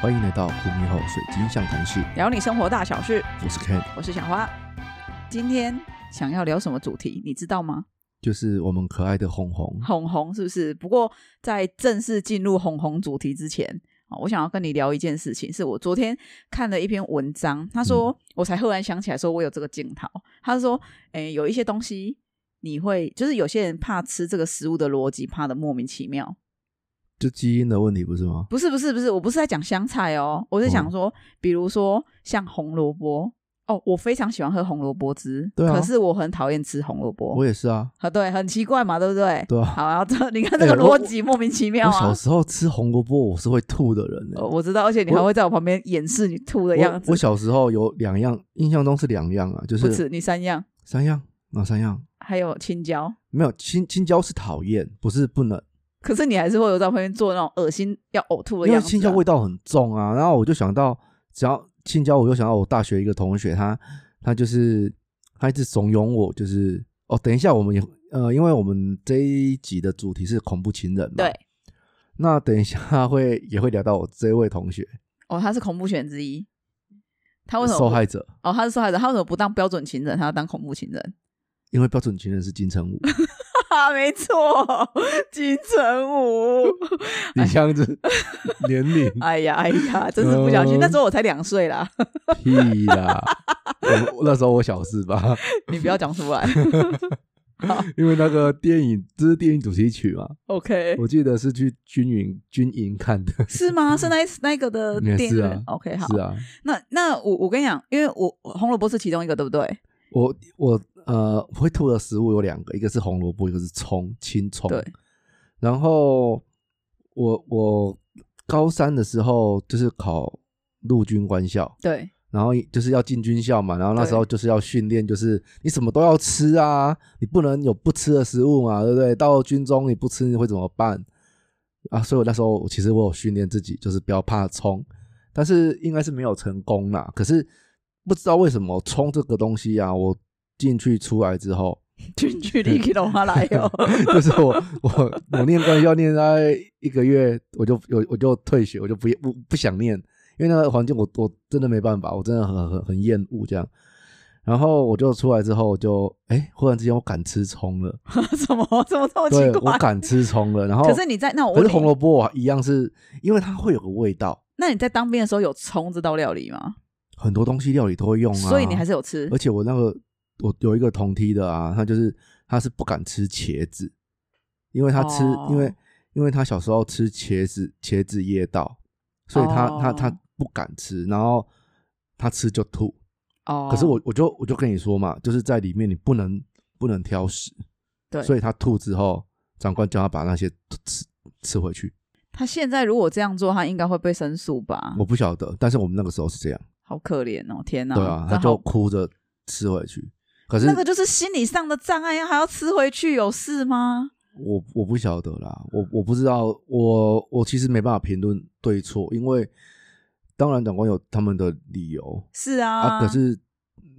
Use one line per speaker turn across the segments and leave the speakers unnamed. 欢迎来到胡明后水晶象谈室，
聊你生活大小事，
我是 Ken，
我是小花。今天想要聊什么主题，你知道吗？
就是我们可爱的红红。
哄红是不是？不过在正式进入哄红主题之前。哦我想要跟你聊一件事情，是我昨天看了一篇文章，他说、我才忽然想起来，说我有这个镜头。他说，诶、有一些东西你会，就是有些人怕吃这个食物的逻辑，怕的莫名其妙。
就基因的问题不是吗？
不是不是不是，我不是在讲香菜哦，我是想说，比如说像红萝卜哦，我非常喜欢喝红萝卜汁，
对啊
可是我很讨厌吃红萝卜
我。也是啊，
啊，对，很奇怪嘛，对不对？
对啊
好，然后这你看
哎
这个
我
逻辑莫名其妙
我小
啊。
时候吃红萝卜我是会吐的人、欸。
呃我知道，而且你还
我
会在我旁边掩饰你吐的样
我
子。
我小时候有两样，印象中是两样啊，就
不止
是
你三样，
三样，哪三样？
还有青椒，
没有青青椒是讨厌，不是不能，
可是你还是会有在旁边做那种恶心要呕吐的
因
样
为
子、啊。
青椒味道很重啊。然后我就想到，只要青椒，我就想到我大学一个同学，他他就是他一直怂恿我，就是哦，等一下我们也呃，因为我们这一集的主题是恐怖情人嘛，
对，
那等一下会也会聊到我这位同学
哦，他是恐怖犬之一。他为什么
受
不
害者，
哦，他是受害者，他为什么不当标准情人，他要当恐怖情人？
因为标准情人是金 城武，
哈，没错，金城武。
你这样子年 龄
哎呀，哎呀，真是不小心，
嗯
那时候我才两岁啦，
屁啦，我那时候我小四吧，
你不要讲出来。
嗯因为那个电影这是电影主题曲嘛，
OK，
我记得是去军营军营看的，
是吗？是那一那一个的
也是
电影院、
啊
OK，好。
是啊，
那那我我跟你讲，因为我我红萝卜是其中一个，对不对？
我我呃我会吐的食物有两个，一个是红萝卜，一个是葱，青葱。
对，
然后我我高三的时候就是考陆军官校，
对，
然后就是要进军校嘛，然后那
对
时候就是要训练，就是你什么都要吃啊，你不能有不吃的食物嘛，对不对？到军中你不吃你会怎么办啊？所以我那时候其实我有训练自己，就是不要怕葱，但是应该是没有成功啦。可是不知道为什么葱这个东西啊，我进去出来之后，
近距离给到他来哟。
就是我我我念官校念大概一个月，我就我我就退学，我就不不不想念，因为那个环境我我真的没办法，我真的很很很厌恶这样。然后我就出来之后我就，哎，忽然之间我敢吃葱了，
怎么怎么这么
对
奇
我
怪？
敢吃葱了。然后
可是你在那我
可
问
是
你
红萝卜我一样是，因为它会有个味道，
那你在当兵的时候有葱这道料理吗？
很多东西料理都会用啊，
所以你还是有吃
而且我那个我有一个同梯的啊，他就是他是不敢吃茄子，因为他吃，
哦
因为因为他小时候吃茄子茄子噎到，所以他、他
哦
他不敢吃，然后他吃就吐。
哦。
可是我我就我就跟你说嘛，就是在里面你不能不能挑食，
对，
所以他吐之后，长官叫他把那些吃吃回去。
他现在如果这样做，他应该会被申诉吧？
我不晓得，但是我们那个时候是这样，
好可怜哦，天哪！
对啊，他
真好
就哭着吃回去。可是
那个就是心理上的障碍，还要吃回去，有事吗？
我我不晓得啦，我我不知道，我我其实没办法评论对错，因为当然长官有他们的理由
是
啊
啊，
可是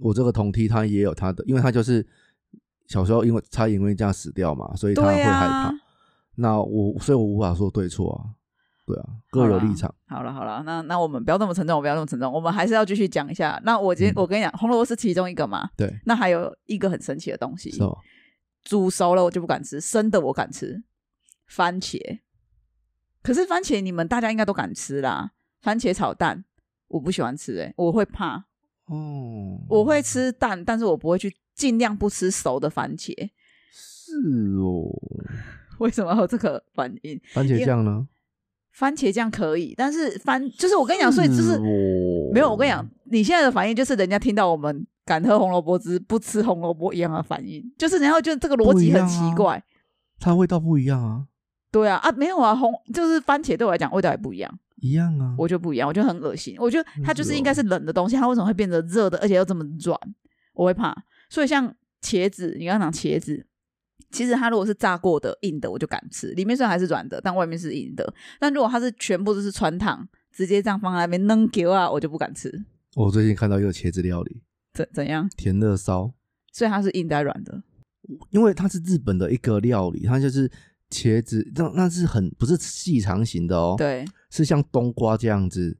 我这个同梯他也有他的，因为他就是小时候因为他因为这样死掉嘛，所以他会
对
害怕。
啊。
那我所以我无法说对错啊，对啊，各有立场。
好了好了，那那我们不要那么沉重，我不要那么沉重，我们还是要继续讲一下。那我今天、
嗯
我跟你讲，红萝卜是其中一个嘛，
对，
那还有一个很神奇的东西
是，哦吧？
煮熟了我就不敢吃，生的我敢吃，番茄。可是番茄你们大家应该都敢吃啦，番茄炒蛋我不喜欢吃、欸，我会怕。
哦，
我会吃蛋，但是我不会去尽量不吃熟的番茄。
是哦，
为什么要有这个反应？
番
因
茄
为
酱呢？
番茄酱可以，但是番就是我跟你讲，所以就是
哦
没有。我跟你讲，你现在的反应就是人家听到我们敢喝红萝卜汁不吃红萝卜一样的反应，就是然后就这个逻辑很奇
不一啊
怪。
它味道不一样啊，
对啊啊，没有啊，红就是番茄对我来讲味道也不一样，
一样啊，
我就不一样，我就很恶心。我觉得它就是
嗯
应该是冷的东西，它为什么会变得热的，而且又这么软？我会怕。所以像茄子，你刚刚讲茄子，其实它如果是炸过的硬的，我就敢吃，里面虽然还是软的，但外面是硬的。但如果它是全部都是穿烫，直接这样放在那边扔给啊，我就不敢吃。
我最近看到一个茄子料理，
怎怎样？
甜乐烧，
所以它是硬的还是软的？
因为它是日本的一个料理，它就是茄子，那那是很不是细长型的哦，，
对，
是像冬瓜这样子，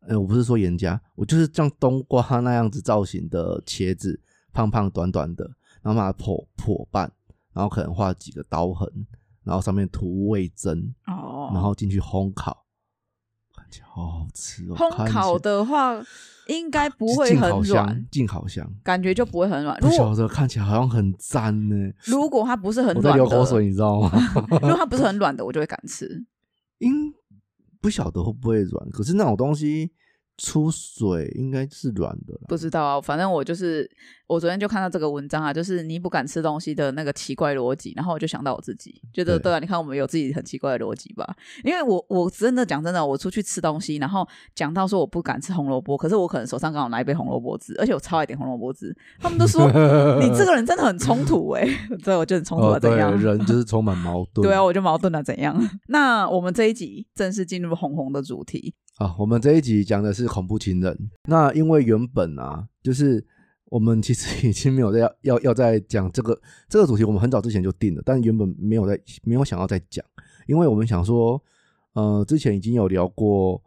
呃，我不是说严家，我就是像冬瓜那样子造型的茄子，胖胖短短的，然后把它剖剖半，然后可能画几个刀痕，然后上面涂味增，
哦，
然后进去烘烤，看起来好好吃哦。看
烘
起
烤
来
的话应该不
进
会
进
很
烤
软
箱，，进烤箱，
感觉就不会很软。
不
如
晓
果
得看起来好像很赞呢。
如果它不是很
我在
软
流口
的，
水，你知道吗？
如果它不是很软的，我就会敢吃。
应不晓得会不会软，可是那种东西出水应该是软的啦。
不知道啊，反正我就是我昨天就看到这个文章啊，就是你不敢吃东西的那个奇怪逻辑，然后我就想到我自己，觉得
对
对啊，你看我们有自己很奇怪的逻辑吧？因为我我真的讲真的，我出去吃东西，然后讲到说我不敢吃红萝卜，可是我可能手上刚好拿一杯红萝卜汁，而且我超爱点红萝卜汁，他们 都说你这个人真的很冲突哎、 对，我就很冲突啊，
哦，
怎
对，
样？
人就是充满矛盾。
对啊，我就矛盾了，怎样？ 那我们这一集正式进入红红的主题，
啊，我们这一集讲的是恐怖情人。那因为原本啊，就是我们其实已经没有在要要要在讲这个这个主题，我们很早之前就定了，但原本没有在没有想要再讲，因为我们想说，呃，之前已经有聊过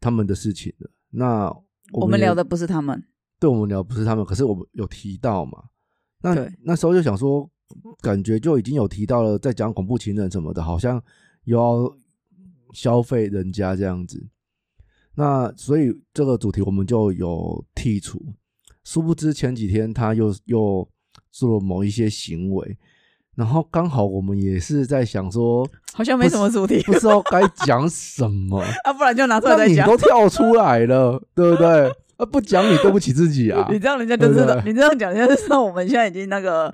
他们的事情了。那我
我们
也
聊的不是他们，
对我们聊不是他们，可是我们有提到嘛。那
对
那时候就想说，感觉就已经有提到了，在讲恐怖情人什么的，好像又要消费人家这样子。那所以这个主题我们就有剔除。殊不知前几天他又又做了某一些行为，然后刚好我们也是在想说，
好像没什么主题
不知道该讲什么。
啊， 不然就拿出来
那
再
你
讲。
都跳出来了，对不 对？啊，不讲你对不起自己啊！
你这样人家就知道
对，不
你这样讲人家就知道我们现在已经那个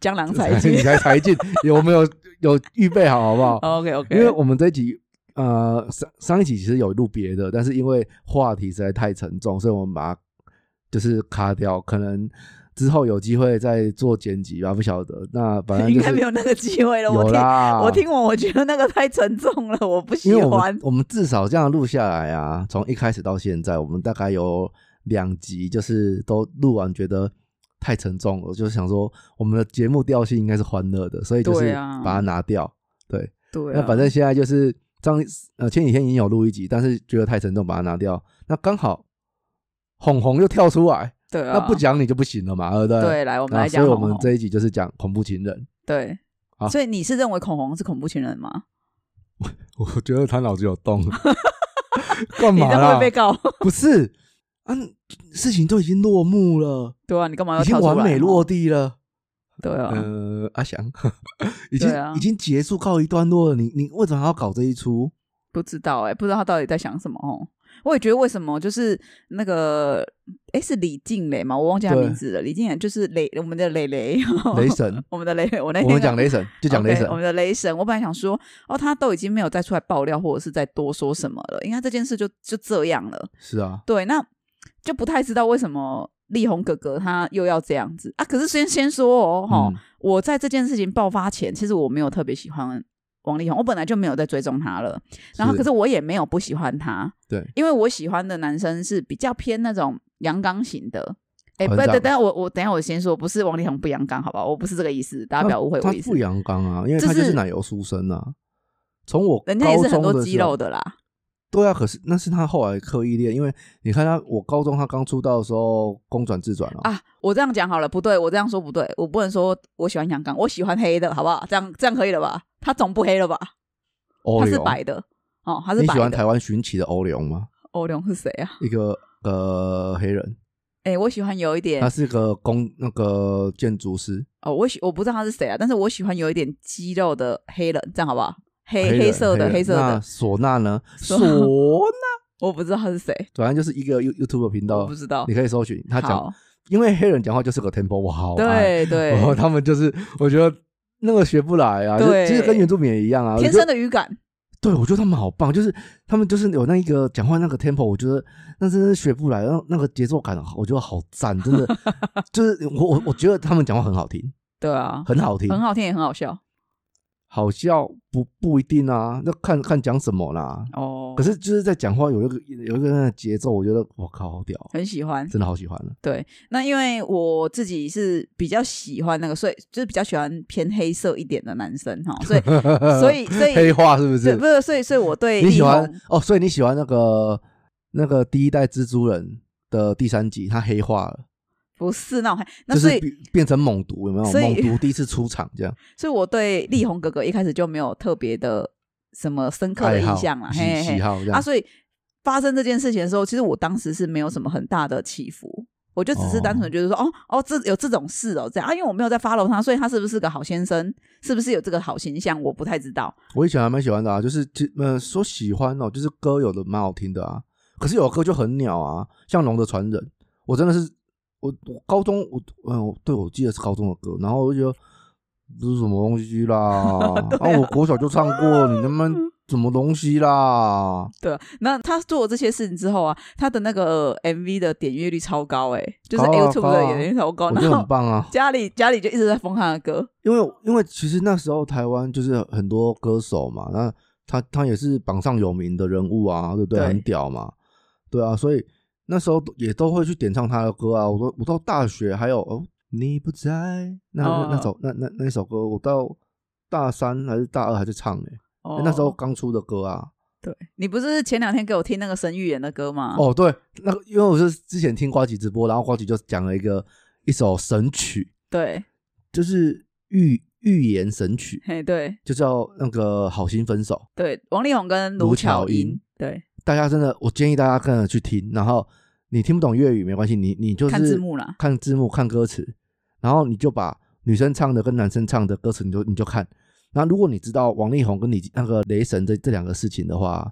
江郎才
你
尽。
才才进，有没有有预备好，好不好？
OK
因为
OK，
我们这一集呃上上一集其实有录别的，但是因为话题实在太沉重，所以我们把它就是卡掉，可能之后有机会再做剪辑吧，不晓得。那反正
应
就
该
是
没有那个机会了。
有
我听
啦，
我听完，我觉得那个太沉重了，我不喜
因为我
欢
们。我们至少这样录下来啊，从一开始到现在，我们大概有两集，就是都录完觉得太沉重了，就是想说我们的节目调性应该是欢乐的，所以就是
对啊
把它拿掉。对
对啊，
那反正现在就是张呃前几天已经有录一集，但是觉得太沉重，把它拿掉。那刚好红红又跳出来，
对啊，
那不讲你就不行了嘛，对不对？
对，来我
我
们来讲
所以
恐
我们啊
红。
这一集就是讲恐怖情人。
对
好，
所以你是认为恐红是恐怖情人吗？
我觉得他脑子有 洞，干
你
嘛
这样会
啦
不会？被告？
不是，啊，事情都已经落幕了，
对啊，你干嘛要
已经
跳出来
完美
哦
落地了。
对啊，
呃，阿翔， 已经、
对啊
已经结束告一段落了，你你为什么还要搞这一出？
不知道哎，不知道他到底在想什么哦。我也觉得为什么就是那个哎是李静蕾嘛，我忘记他
对
名字了。李静蕾就是雷我们的雷雷，
雷神，
我们 的雷，我那天
我们讲雷神就讲雷
OK，
神
我们的雷神。我本来想说，哦，他都已经没有再出来爆料或者是再多说什么了，应该这件事就就这样了。
是啊，
对，那就不太知道为什么力宏哥哥他又要这样子啊。可是先先说哦，哈、
嗯
我在这件事情爆发前，其实我没有特别喜欢王力宏，我本来就没有在追踪他了。然后，可是我也没有不喜欢他，
对，
因为我喜欢的男生是比较偏那种阳刚型的。哎，不，
团长
等等下，我我等下我先说，不是王力宏不阳刚，好吧？我不是这个意思，大家不要误会
他
我意思
不。阳刚啊，因为
就
他就是是奶油书生啊。从我
人家也
高
是很
中的
多
时
肌肉
候
的啦，
对啊，可是那是他后来刻意练，因为你看他，我高中他刚出道的时候，公转自转啊，
啊，我这样讲好了，不对，我这样说不对，我不能说我喜欢阳刚，我喜欢黑的，好不好？这样这样可以了吧？他总不黑了吧？
欧
他是
流，
白的，哦，他是
你
白
喜欢
的。
台湾寻奇的欧流吗？
欧龙是谁啊？
一个呃黑人，
哎、我喜欢有一点
他是个工那个建筑师，
哦，我喜我不知道他是谁啊，但是我喜欢有一点肌肉的黑人，这样好不好？黑
黑人
黑色的
人
黑色
那
的，
唢呐呢？
唢
唢呐，
我不知道他是谁，
反正就是一个 You YouTube 频
我
道
不，知道
哦你。可以搜寻他讲，
好，
因为黑人讲话就是个 tempo，我好爱，哦
对对
然，后他们就是我觉得那个学不来啊，就
对
其实跟原住民也一样 啊，我
天
觉得
生的语感，
对我觉得他们好棒，就是他们就是有那一个讲话那个 tempo，我觉得那真是学不来，然后那个节奏感好，我觉得好赞， 真的就是我我我觉得他们讲话很好听，
对啊，
很好听，
很好听也很好笑
好笑不不一定啊，那看看讲什么啦。
哦。
可是就是在讲话有一个有一个那个节奏，我觉得我靠好屌，
很喜欢，
真的好喜欢了。
对，那因为我自己是比较喜欢那个，所以就是比较喜欢偏黑色一点的男生哈， 所以所以所以
黑化是不
对
是？
不是，所以所以我对
你
力
喜
宏
欢哦，所以你喜欢那个那个第一代蜘蛛人的第三集，他黑化了，
不是那种黑，那
就
所
是
以、
变变成猛毒，有没有？
所以
猛毒第一次出场这样，
所以我对力宏哥哥一开始就没有特别的什么深 刻的
爱好
印象啦，
喜
嘿嘿
喜好这
啊，
样。
所以发生这件事情的时候，其实我当时是没有什么很大的起伏，我就只是单纯觉得说，哦哦，这有这种事哦，这样啊，因为我没有在 follow 他，所以他是不是个好先生，是不是有这个好形象，我不太知道。
我以前还蛮喜欢的啊，就是其呃说喜欢哦，就是歌有的蛮好听的啊，可是有的歌就很鸟啊，像《龙的传人》，我真的是我我高中我嗯我对我记得是高中的歌，然后我就觉得这是什么东西啦， 啊我国小就唱过，你他妈什么东西啦？
对，啊那他做了这些事情之后啊，他的那个呃 MV 的点阅率超高哎、就是 YouTube 的点阅率超高，
啊我觉
然
得很
后
棒啊，
家里家里就一直在封他的歌，
因为因为其实那时候台湾就是很多歌手嘛，那他他也是榜上有名的人物啊，对不对？
对
很屌嘛，对啊，所以那时候也都会去点唱他的歌啊。我说我到大学还有哦，你不在那那
哦
那首那那那首歌，我到大三还是大二还在唱呢、
哦
那时候刚出的歌啊。
对你不是前两天给我听那个神预言的歌吗？
哦，对，那个因为我是之前听瓜吉直播，然后瓜吉就讲了一个一首神曲，
对，
就是预预言神曲，
嘿，对
就叫那个好心分手。
对，王力宏跟
卢
卢
巧
巧
音
音，对，
大家真的，我建议大家跟着去听，然后你听不懂粤语没关系，你你就是
看字幕啦
看字幕看歌词，然后你就把女生唱的跟男生唱的歌词你就你就看。然后如果你知道王力宏跟你那个雷神这这两个事情的话，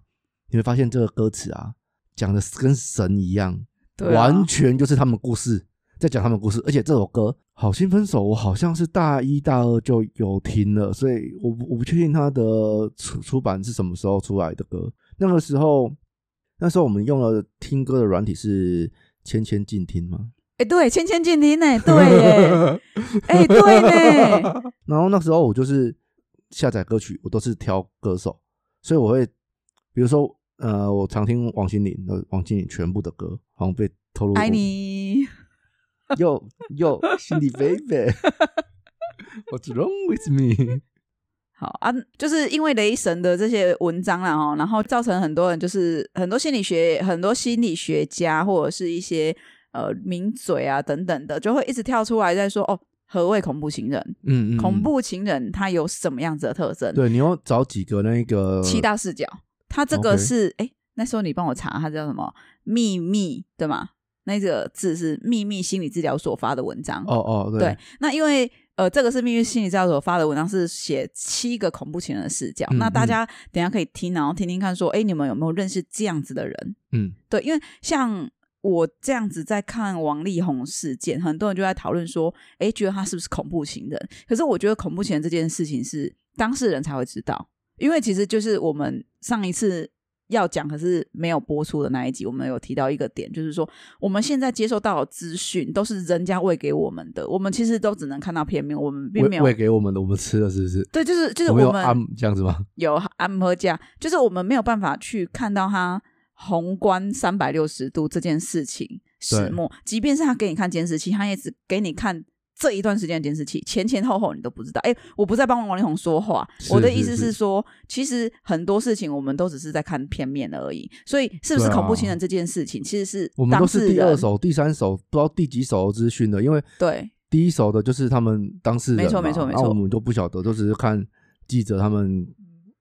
你会发现这个歌词啊讲的跟神一样，
对啊
完全就是他们故事在讲他们故事，而且这首歌《好心分手》我好像是大一大二就有听了，所以我不我不确定它的出出版是什么时候出来的歌。那个时候，那时候我们用了听歌的软体是千千静听吗？
哎、对，千千静听呢，对耶，哎、对 呢，
然后那时候我就是下载歌曲，我都是挑歌手，所以我会，比如说，呃，我常听王心凌，呃，王心凌全部的歌，好像被透露过。
爱你，
Yo Yo，心里 baby，What's wrong with me？
好啊，就是因为雷神的这些文章啦哦，然后造成很多人就是很多心理学、很多心理学家或者是一些呃名嘴啊等等的，就会一直跳出来在说哦，何谓恐怖情人？
嗯嗯，嗯
恐。怖情人他有什么样子的特征？
对，你要找几个那个
七大视角，他这个
OK
是哎、那时候你帮我查，他叫什么秘密对吗？那个字是秘密心理治疗所发的文章
哦哦对
对，那因为呃，这个是命运心理教所发的文章，是写七个恐怖情人的视角。
嗯
那大家等一下可以听，然后听听看说，哎，你们有没有认识这样子的人？
嗯
对，因为像我这样子在看王力宏事件，很多人就在讨论说，哎，觉得他是不是恐怖情人？可是我觉得恐怖情人这件事情是当事人才会知道，因为其实就是我们上一次。要讲可是没有播出的那一集，我们有提到一个点，就是说我们现在接收到的资讯都是人家喂给我们的，我们其实都只能看到片面，我们并没
喂
有
喂给我们的，我们吃了是不是？
对，就是就是
我
我
有
们
按这样子吗？
有安摩加，就是我们没有办法去看到它宏观三百六十度这件事情始末。即便是他给你看监视器，他也只给你看这一段时间的监视器，前前后后你都不知道。哎，我不是在帮王力宏说话，
是
我的意思
是
是
是
说，其实很多事情我们都只是在看片面而已。所以，是不是
对啊
恐怖情人这件事情，其实是
我们
当
都
事
是第二
人
手、第三手，不知道第几手的资讯的，因为
对
第一手的就是他们当事人嘛，
没错没错没
那
错
我们都不晓得，都只是看记者他们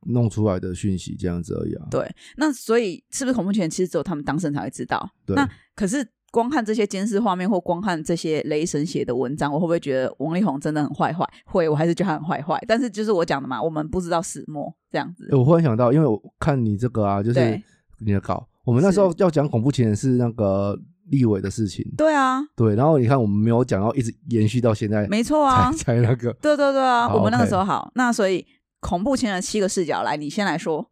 弄出来的讯息这样子而已啊。
对，那所以是不是恐怖情人，其实只有他们当事人才会知道。
对
那可是光看这些监视画面或光看这些雷神写的文章，我会不会觉得王力宏真的很坏坏？会，我还是觉得他很坏坏。但是就是我讲的嘛，我们不知道始末这样子。
欸我忽然想到，因为我看你这个啊，就是
对
你的稿，我们那时候
是
要讲恐怖情人是那个立委的事情，
对啊，
对，然后你看我们没有讲，到一直延续到现在，
没错啊
才，才那个。
对对对啊，
好
我们那个
OK
时候好。那所以恐怖情人七个视角，来，你先来说。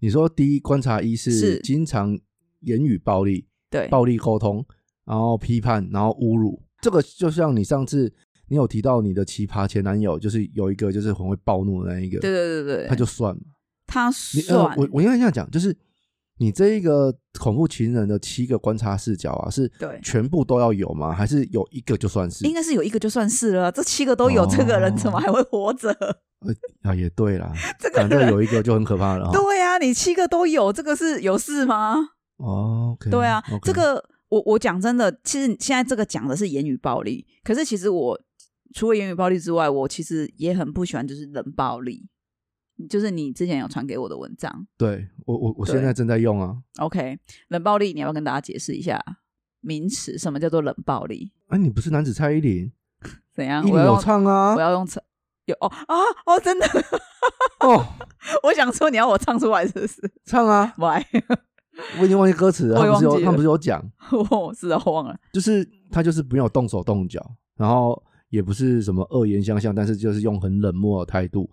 你说第一观察一是
是
经常言语暴力、
对，
暴力沟通，然后批判，然后侮辱，这个就像你上次你有提到你的奇葩前男友，就是有一个就是很会暴怒的那一个，
对对对对，
他就算了。
他
你呃
算，
我我应该这样讲，就是你这一个恐怖情人的七个观察视角啊，是
对
全部都要有吗？还是有一个就算是
应？该是有一个就算是了啊，这七个都有，这个人怎么还会活着？
啊，也对啦，
这个
反正
人
有一个就很可怕了哈。
对呀、你七个都有，这个是有事吗？
哦， ，OK，
对啊
OK
这个我我讲真的，其实现在这个讲的是言语暴力，可是其实我除了言语暴力之外，我其实也很不喜欢就是冷暴力，就是你之前有传给我的文章
对我我我
对
现在正在用啊。
，OK，冷暴力你要不要跟大家解释一下名词，什么叫做冷暴力？
啊，你不是男子蔡依林？
怎样？
依
我
林
要
有
用
唱啊
我。要用成有哦啊哦，真的，
哦，
我想说你要我唱出来是不是
唱啊！
？Why？
我已经忘记歌词了，
我也
他不是
忘
有
记
他
了
不是有讲，
我是的，我忘了。
就是他就是没有动手动脚，然后也不是什么恶言相向，但是就是用很冷漠的态度，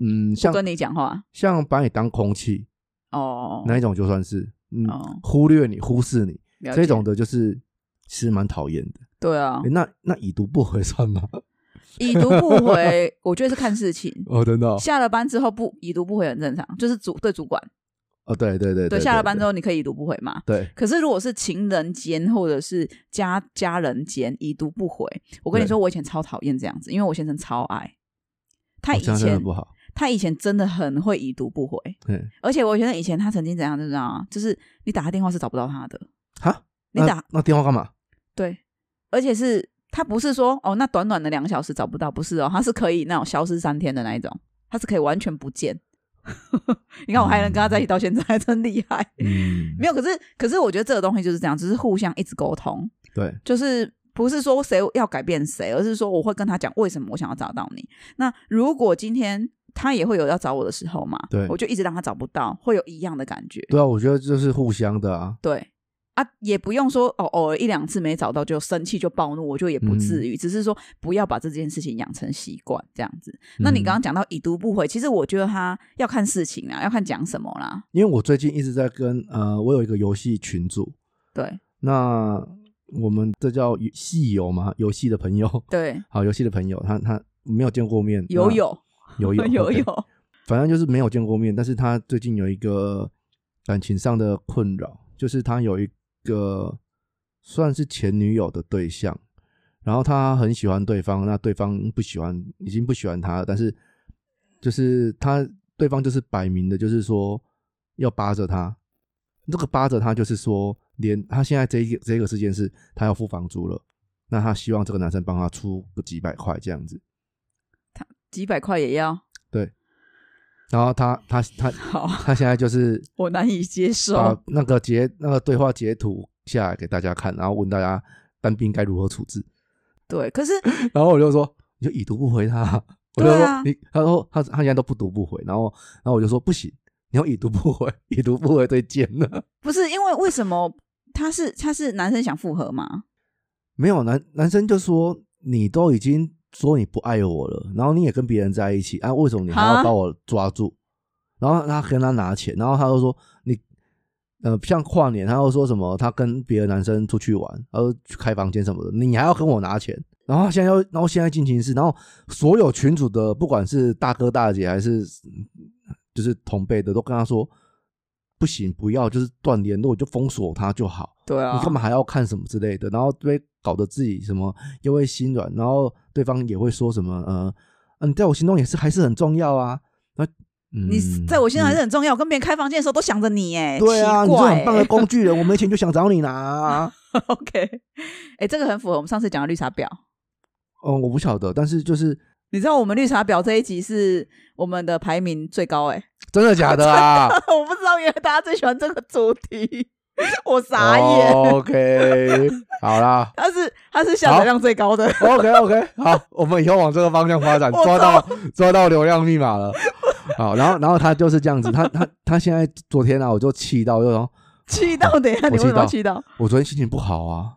嗯，
不
像
跟你讲话
像把你当空气
哦，
那一种就算是，嗯，
哦
忽略你、忽视你
了解
这种的，就是其实蛮讨厌的。
对啊
诶，那那已读不回算吗？
已读不回，我觉得是看事情。
哦，真的哦，
下了班之后不已读不回很正常，就是主对主管，
哦对对对
对下了班之
后，
后你可以已读不回嘛。
对
可是如果是情人间或者是家家人间已读不回，我跟你
对
说，我以前超讨厌这样子，因为我先生超爱，他
哦
以
这样真的
前
不好，
他以前真的很会已读不回，
嗯，
而且我觉得以前他曾经怎样，就知道啊，就是你打他电话是找不到他的，
哈，
你
那
打
那电话干 嘛？
对，而且是他不是说哦，那短短的两个小时找不到，不是哦，他是可以那种消失三天的那一种，他是可以完全不见。 你看我还能跟他在一起到现在，真厉害。
嗯，
没有，可是可是我觉得这个东西就是这样，只是互相一直沟通，
对，
就是不是说谁要改变谁，而是说我会跟他讲为什么我想要找到你。那如果今天他也会有要找我的时候嘛，
对
我就一直让他找不到，会有一样的感觉。
对啊，我觉得就是互相的啊，
对啊，也不用说哦，偶尔一两次没找到就生气就暴怒，我就也不
嗯
至于，只是说不要把这件事情养成习惯这样子。那你
嗯
刚刚讲到已读不回，其实我觉得他要看事情啦，要看讲什么啦。
因为我最近一直在跟呃，我有一个游戏群组，
对
那我们这叫游戏友嘛，游戏的朋友，
对，
好，游戏的朋友，他他没有见过面，那
游泳
游 泳
游，
对
泳，
反正就是没有见过面，但是他最近有一个感情上的困扰，就是他有一个算是前女友的对象，然后他很喜欢对方，那对方不喜欢，已经不喜欢他了，但是就是他对方就是摆明的，就是说要扒着他，这个扒着他就是说，连他现在这一个这个事件是他要付房租了，那他希望这个男生帮他出个几百块这样子，
几百块也要，
然后他他他
好，
他现在就是
我难以接
把
受。
那个截那个对话截图下来给大家看，然后问大家单兵该如何处置。
对，可是
然后我就说，你就已读不回他。我就
对
说、
啊
你，他说他他现在都不读不回，然后然后我就说不行，你要已读不回，已读不回对贱了。
不是因为为什么他是他是男生想复合吗？
没有男男生就说你都已经说你不爱我了，然后你也跟别人在一起啊，为什么你还要
哈
把我抓住？然后他跟他拿钱，然后他就说你呃，像跨年，他又说什么他跟别的男生出去玩，然后去开房间什么的，你还要跟我拿钱。然后他现在又，然后现在进行式，然后所有群主的，不管是大哥大姐还是嗯就是同辈的，都跟他说不行，不要，就是断联络，就封锁他就好。
对啊，
你干嘛还要看什么之类的，然后被搞得自己什么又会心软，然后对方也会说什么呃，嗯、你在我心中也是还是很重要啊。那、嗯、
你在我心中还
你
是很重要，我跟别人开房间的时候都想着你哎，
对啊，
奇
你是
怪
很棒的工具人，我没钱就想找你拿、 啊。
OK，哎、这个很符合我们上次讲的绿茶婊。
嗯，我不晓得，但是就是
你知道我们绿茶婊这一集是我们的排名最高哎、
真的假的啊？
我不知道原来大家最喜欢这个主题，我 傻眼。
哦 OK，好啦。
它是它是下载量最高的，
OK OK，好，我们以后往这个方向发展，
我
抓到抓到流量密码了。好，然后然后他就是这样子，他他他现在昨天啊，我就气到，就说
气到等一下
我
你为什
气
么
到
要气到？
我昨天心情不好啊，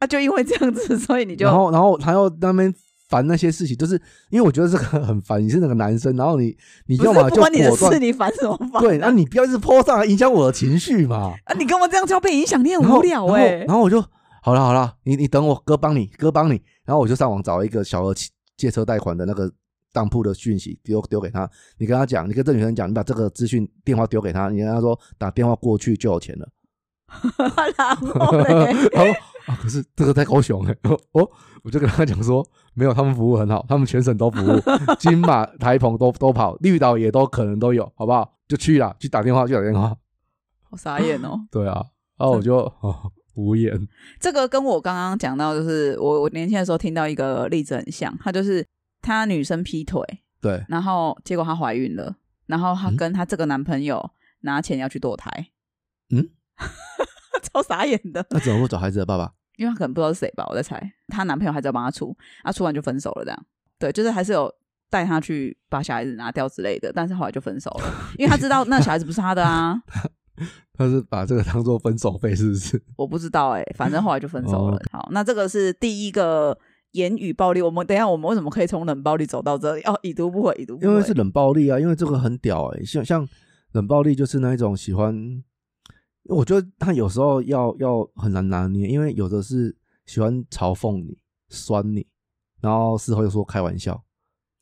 啊，就因为这样子，所以你就
然后然后他又在那边烦那些事情，就是因为我觉得这个很烦，你是那个男生，然后你你
不
要
是
么
不
就
关你的
果
事，啊
断，
你烦什么烦、
对，那、你不要一直泼上来影响我的情绪嘛，
啊，你跟我这样就要被影响，你很
然后
无聊哎、
然后然后我就好了好了，你你等我哥帮你哥帮你，然后我就上网找了一个小额汽借车贷款的那个。当铺的讯息丢丢给他，你跟他讲，你跟这女生讲，你把这个资讯电话丢给他，你跟他说打电话过去就有钱了。
然后嘞，
然后啊，可是这个在高雄哎、欸，我我就跟他讲说，没有，他们服务很好，他们全省都服务，金马、台澎都都跑，绿岛也都可能都有，好不好？就去啦，去打电话，去打电话。
我傻眼哦。
对啊，然后我就哦无言。
这个跟我刚刚讲到，就是我我年轻的时候听到一个例子很像，她就是她女生劈腿，
对，
然后结果她怀孕了，然后她跟她这个男朋友拿钱要去堕胎，
嗯，
超傻眼的，
那怎么会找孩子的爸爸？
因为她可能不知道是谁吧，我在猜，她男朋友还在帮她出，啊，出完就分手了，这样，对，就是还是有带她去把小孩子拿掉之类的，但是后来就分手了，因为她知道那小孩子不是她的啊，
他是把这个当做分手费，是不是？
我不知道哎、反正后来就分手了。
哦
好，那这个是第一个言语暴力。我们等一下，我们为什么可以从冷暴力走到这里？哦，已读不回，已读不回，
因为是冷暴力啊，因为这个很屌哎、像像冷暴力就是那一种喜欢，我觉得他有时候要要很难拿捏，因为有的是喜欢嘲讽你、酸你，然后事后又说开玩笑，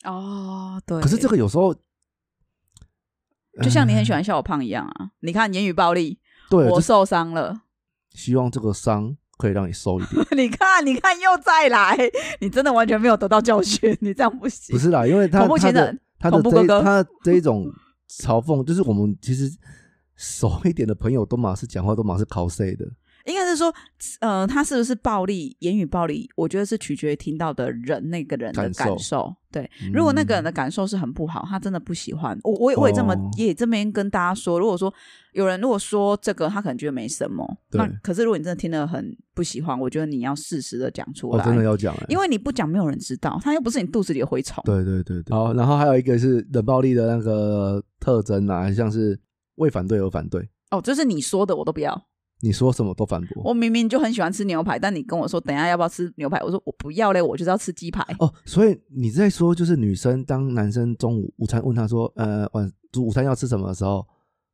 哦，对。
可是这个有时候
就像你很喜欢笑我胖一样啊！你看言语暴力，
嗯对，
我
就
受伤了。
希望这个伤可以让你收一点，
你看，你看，又再来， 你真的完全没有得到教训，你这样不行。
不是啦，因为他
恐怖
他
情
的
人
他的
恐怖
这一
哥哥
他这一种嘲讽，就是我们其实熟一点的朋友都嘛是讲话都嘛是 cos 的，
应该是说，呃，他是不是暴力，言语暴力，我觉得是取决于听到的人那个人的
感
感
受
受。对，如
嗯
果那个人的感受是很不好，他真的不喜欢我，我也我也这么、
哦
也这边跟大家说，如果说有人如果说这个，他可能觉得没什么，
对
那可是如果你真的听得很不喜欢，我觉得你要适时的讲出
我
来，
真的要讲哎、
啊因为你不讲，没有人知道，他又不是你肚子里的蛔虫。
对对对对。好，然后还有一个是冷暴力的那个特征啊，像是为反对而反对，
哦，就是你说的我都不要，
你说什么都反驳。
我明明就很喜欢吃牛排，但你跟我说等一下要不要吃牛排，我说我不要嘞，我就是要吃鸡排。
哦，所以你在说，就是女生当男生中午午餐问她说，呃，晚午餐要吃什么的时 候，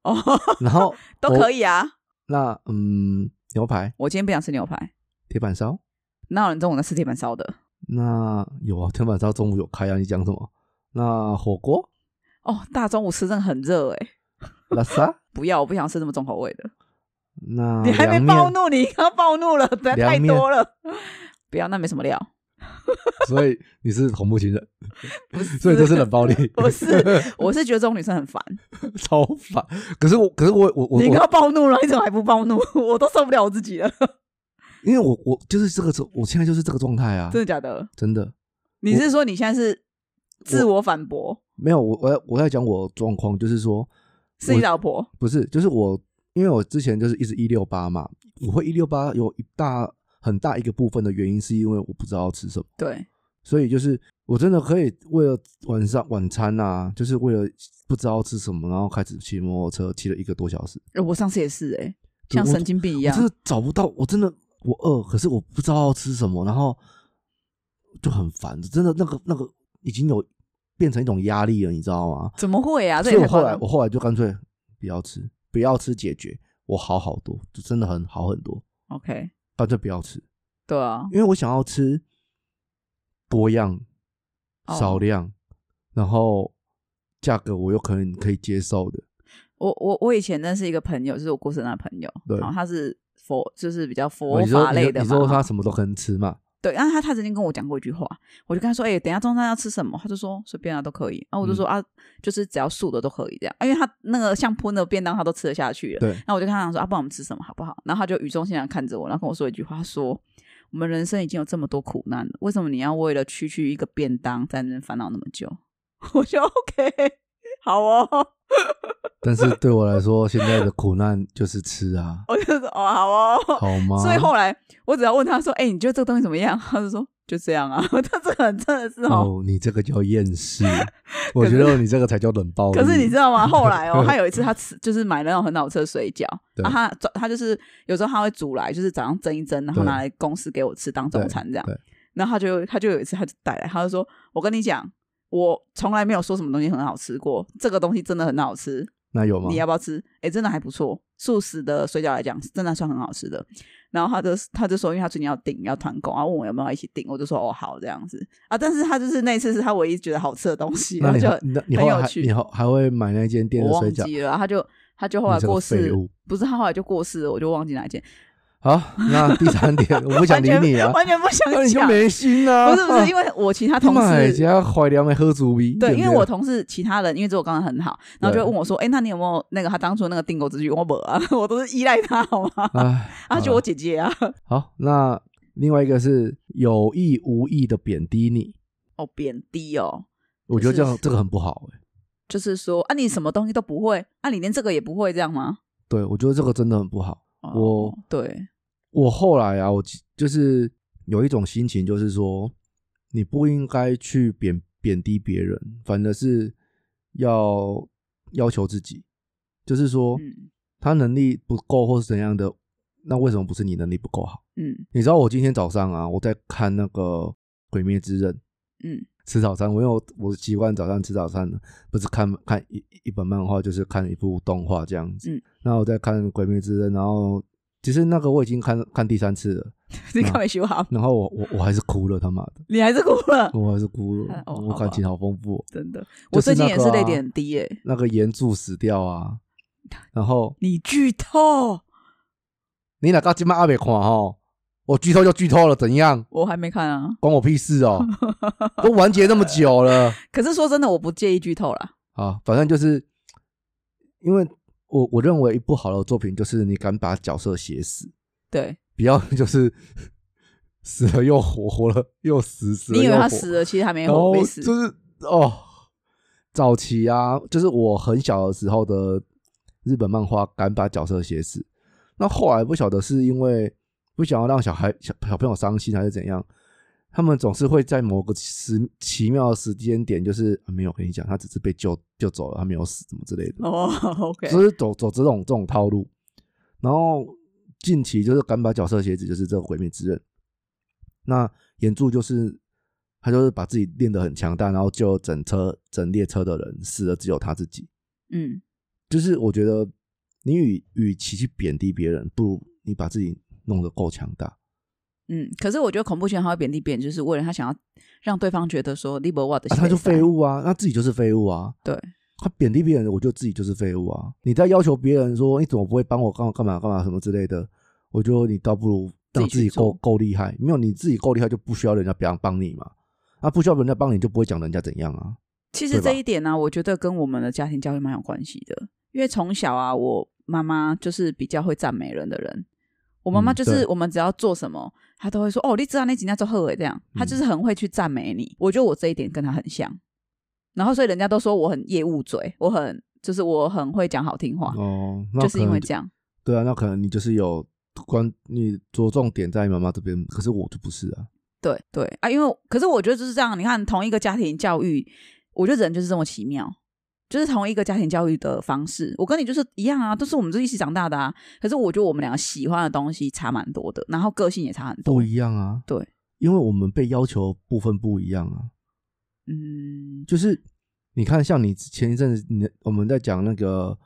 哦，
然后
都可以啊。
那嗯，牛排、
我今天不想吃牛排，
铁板烧，
哪有人中午在吃铁板烧的？
那有啊，铁板烧中午有开啊，你讲什么？那火 锅、
哦，大中午吃真的很热哎、
拉萨，
不要，我不想吃这么重口味的。
那
你还没
啊凉
暴
面，
怒，你刚暴怒了，等下太
凉面
多了。不要，那没什 么料。
所以你是恐怖情人，
不是，
所以这是冷暴力，
不是，我是觉得这种女生很烦。
超烦。可是我，可是我，我我
你
我啊
刚暴怒了，你怎么还不暴怒？ 我都受不了我自己了，
因为我我就是这个状，我现在就是这个状态啊，
真的假的？
真的
你是说你现在是自我反驳？
没有我我要我在讲我状况，就是说
是你老婆？
不是，就是我因为我之前就是一直一六八嘛，我会一六八有一大很大一个部分的原因是因为我不知道要吃什么，
对，
所以就是我真的可以为了晚上晚餐啊，就是为了不知道吃什么，然后开始骑摩托车骑了一个多小时，
呃我上次也是哎、
对
像
我
神经病一
我
样
真。的找不到，我真的我饿，可是我不知道要吃什么，然后就很烦，真的那个那个已经有变成一种压力了，你知道吗？
怎么会啊？这
所以我
也太夸
后
张
来我后来就干脆不要吃，不要吃解决，我好好多，就真的很好很多，
OK，
干脆不要吃，
对啊，
因为我想要吃多样、
哦
少量，然后价格我又可能可以接受的，
我我我以前认识一个朋友，就是我过生日的朋友，
对
然后他是佛，就是比较佛
哦你说
法
你
类
说
的
你
嘛。
说他什么都可能吃嘛，
对，然后他他曾经跟我讲过一句话，我就跟他说：“哎、等一下中餐要吃什么？”他就说：“随便啊，都可以。”然后
嗯
我就说：“啊，就是只要素的都可以这样。”因为他那个像喷的便当他都吃得下去了。
对，
那我就跟他讲说：“啊，不然我们吃什么好不好？”然后他就语重心长看着我，然后跟我说一句话，他说：“我们人生已经有这么多苦难了，为什么你要为了区区一个便当在那边烦恼那么久？” 我就 OK，好 哦。
但是对我来说，现在的苦难就是吃啊，
我就说哦，好哦，
好啊吗？
所以后来我只要问他说：“哎、你觉得这个东西怎么样？”他就说：“就这样啊。” 他这个人真的是哦。
哦，你这个叫厌 世，我觉得你这个才叫冷暴力。
可是你知道 吗？后来哦，他有一次他吃就是买了那种很好吃的水饺，
对
然后他他就是有时候他会煮来，就是早上蒸一蒸，然后
对
拿来公司给我吃当中餐这样
对对。
然后他就他就有一次他就带来，他就说：“我跟你讲，我从来没有说什么东西很好吃过，这个东西真的很好吃。”
那有吗
你？要不要吃？哎、真的还不错，素食的水饺来讲，真的算很好吃的。然后他就他就说，因为他最近要订要团购，然后问我有没有一起订，我就说哦好这样子啊。但是他就是那一次是他唯一觉得好吃的东西，
那
然后
你
就
还你你后
很
来
有
还
趣
你后还会买那间店的
我
水
忘
饺？
记了，他就他就后来
你这个
过
废
世
物，
不是他后来就过世了，我就忘记哪一件。
好，那第三点，我不想
完
理
全
你啊，
完全不
那
想
你就
讲。
没心啊！
不是不
啊
是，因为我其他
他
同
妈的
事
人家怀良没喝足味，
对，因为
不
我同事其他人，因为只有我刚刚很好，然后
对
就问我说：“哎、那你有没有那个他当初那个订购资讯？”我没有啊， 我都是依赖他，好吗？
唉，
啊，
好
就我姐姐啊，
好，那另外一个是有意无意的贬低你，
哦，贬低哦，
我觉得这
就
样
是
这个很不好、欸。
就是说啊，你什么东西都不会，啊，你连这个也不会，这样吗？
对，我觉得这个真的很不好。
哦
我
对，
我后来啊，我其就是有一种心情，就是说你不应该去贬贬低别人，反而是要要求自己，就是说
嗯
他能力不够或是怎样的，那为什么不是你能力不够好？
嗯
你知道我今天早上啊，我在看那个《鬼灭之刃》，
嗯，
吃早餐，我因为我我习惯早上吃早餐，不是看看一一本漫画，就是看一部动画这样子。
嗯，
那我在看《鬼灭之刃》，然后其实那个我已经看看第三次了，
你看没修好，
然后我我我还是哭了，他 妈的，
你还是哭了，
我还是哭了
嗯，哦
我感情好丰富哦、
真的，
就
我
是
最近
那
也
个
是
啊
泪点很低耶、
那个岩柱死掉啊，然后
你剧透，
你哪个今晚阿没看哦？我剧透就剧透了，怎样？
我还没看啊。
关我屁事 哦！都完结那么久了。
可是说真的，我不介意剧透啦。
啊，反正就是因为我我认为一部好的作品就是你敢把角色写死，
对，
不要就是死了又活，活了又死，死了
你以
又
为
活，
他死了，其实还没
然后
活，没死。
就是哦，早期啊，就是我很小的时候的日本漫画敢把角色写死，那后来不晓得是因为不想要让小孩小小朋友伤心还是怎样。他们总是会在某个时奇妙的时间点，就是、啊没有跟你讲，他只是被救救走了，他没有死，怎么之类的。
哦，OK，
就是走走这种这种套路。然后近期就是敢把角色写死，就是这个《毁灭之刃》。那岩柱就是他就是把自己练得很强大，然后救整车整列车的人，死的只有他自己。
嗯，
就是我觉得你与与其去贬低别人，不如你把自己弄得够强大。
嗯，可是我觉得恐怖片他会贬低别人，就是为了他想要让对方觉得说 l i b e r 的、
啊、他就废。物啊，那自己就是废物啊。
对，
他贬低别人，我就自己就是废物啊。你在要求别人说你哎怎么不会帮我干嘛干嘛干嘛什么之类的，我觉得你倒不如让自
自己
己
去
够
做
够厉害。没有你自己够厉害，就不需要人家帮帮你嘛。那、不需要人家帮你，就不会讲人家怎样啊。
其
对
实
吧
这一点呢、我觉得跟我们的家庭教育蛮有关系的，因为从小啊，我妈妈就是比较会赞美人的人。我妈妈
嗯
就是
对
我们只要做什么，她都会说：“哦，你知道那几天做后悔这样。”她
嗯
就是很会去赞美你。我觉得我这一点跟她很像，然后所以人家都说我很业务嘴，我很就是我很会讲好听话，
哦，那
就是因
可
为
能
这样。
对啊，那可能你就是有关你着重点在妈妈这边，可是我就不是啊。
对对啊，因为可是我觉得就是这样，你看同一个家庭教育，我觉得人就是这么奇妙，就是同一个家庭教育的方式，我跟你就是一样啊，都是我们就一起长大的啊。可是我觉得我们两个喜欢的东西差蛮多的，然后个性也差很
不
多。
一样啊。
对，
因为我们被要求的部分不一样啊。
嗯，
就是你看，像你前一阵子，你的我们在讲那个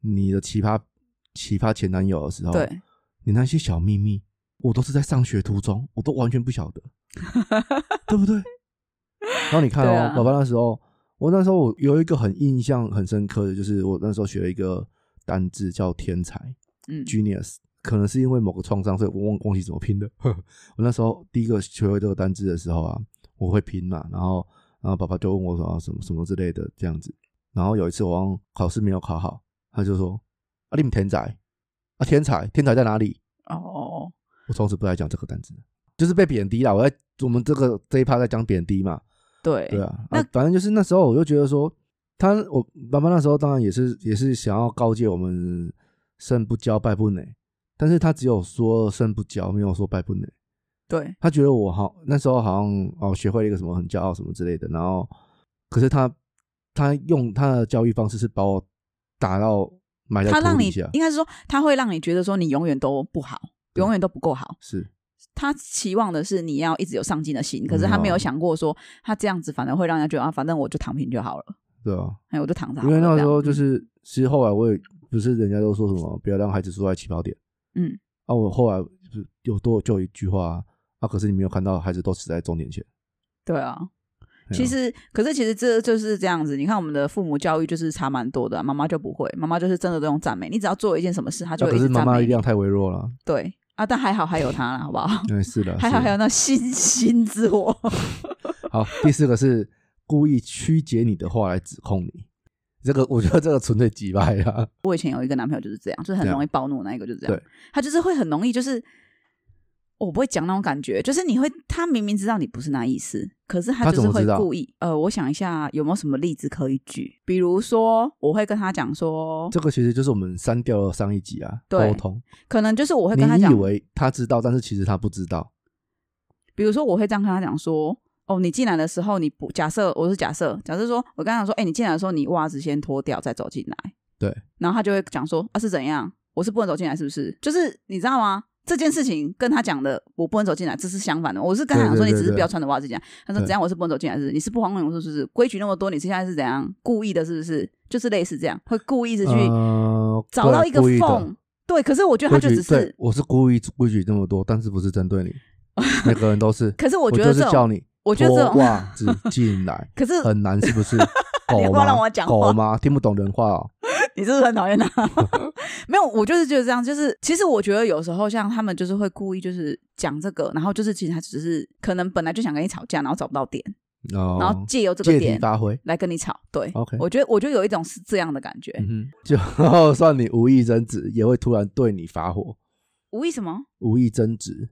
你的奇葩奇葩前男友的时候，
对，
你那些小秘密，我都是在上学途中，我都完全不晓 得，对不对？然后你看
对
哦
啊，
宝宝、那时候，我那时候我有一个很印象很深刻的，就是我那时候学了一个单字叫天才
嗯
（genius）。可能是因为某个创伤，所以我忘忘记怎么拼的。 我那时候第一个学会这个单字的时候啊，我会拼嘛，然后然后爸爸就问我说啊什么什么之类的这样子。然后有一次我忘考试没有考好，他就说啊你们天才啊天才天才在哪里？
哦，
我从此不再讲这个单词，就是被贬低啦。我在我们这个这一趴在讲贬低嘛，
对，
对啊，
那
啊反正就是那时候我就觉得说，他我妈妈那时候当然也是也是想要告诫我们胜不骄败不馁，但是他只有说胜不骄，没有说败不馁。
对，
他觉得我好那时候好像哦学会了一个什么很骄傲什么之类的，然后可是他他用他的教育方式是把我打到埋在
他
土
让
里
你
下，
应该是说他会让你觉得说你永远都不好，
对
永远都不够好。
是
他期望的是你要一直有上进的心，可是
嗯
他没有
哦
想过说他这样子反而会让人家觉得啊，反正我就躺平就好了。
对啊，
哎，我就躺着好
因
了。
为那
这
时
样
候就
嗯
是，其实后来我也不是人家都说什么不要让孩子输在起跑点，
嗯，
啊，我后来就是有多就一句话啊啊，可是你没有看到孩子都死在终点前，
对啊。
哎呀
其实，可是其实这就是这样子。你看，我们的父母教育就是差蛮多的啊、妈妈就不会，妈妈就是真的都用赞美。你只要做一件什么事，她
啊
就会
可
一直
是
赞
妈妈
美
力
你。
量太微弱了，
对，啊，但还好还有他了， 好不好？
对，是的，
还好
啊是
还
的
有那信心之火，
好，第四个是故意曲解你的话来指控你，这个我觉得这个纯粹啊击败啦。
我以前有一个男朋友就是这样，就是很
对啊
容易暴怒那一个就是这样，
对
他就是会很容易就是。我不会讲那种感觉，就是你会，他明明知道你不是那意思，可是他
他
就
怎
是
么
会
知道
故意。呃，我想一下有没有什么例子可以举，比如说我会跟他讲说，
这个其实就是我们删掉了上一集啊，
对
沟通。
可能就是我会
你
跟他讲
以，为他知道，但是其实他不知道。
比如说我会这样跟他讲说，哦，你进来的时候你不假设，我是假设，假设说我跟他讲说，哎、你进来的时候你袜子先脱掉再走进来，
对，
然后他就会讲说啊是怎样，我是不能走进来是不是？就是你知道吗？这件事情跟他讲的我不能走进来，这是相反的。我是跟他讲说
对对
你
对
只是不要
对
穿着袜子进来，他说
对
怎样我是不能走进来是不是？你是不黄我说是不是？规矩那么多，你现在是怎样故意的是不是？就是类似这样，会故意的去
呃
找到一
对
个
故意的
缝。对，可是我觉得
规
他就
矩
只
对
是，
我是故意规矩这么多，但是不是针 对你，每个人都是。
可是我
我
觉
就
得
是
这
叫
种，
你
我觉得这
脱
种，
袜子进来，
可是
很难是不是？
你要
狗
不要让我
吗？
讲话
狗吗？听不懂人话哦。
你是不是很讨厌他？ 没有，我就是觉得这样，就是其实我觉得有时候像他们就是会故意就是讲这个，然后就是其实他只是可能本来就想跟你吵架，然后找不到点，
哦，
然后借由这个
借题
点
发挥。
来跟你吵。对
OK
我觉得我觉得有一种是这样的感觉，
嗯哼， 就算你无意争执，也会突然对你发火。
无意什么？
无意争执，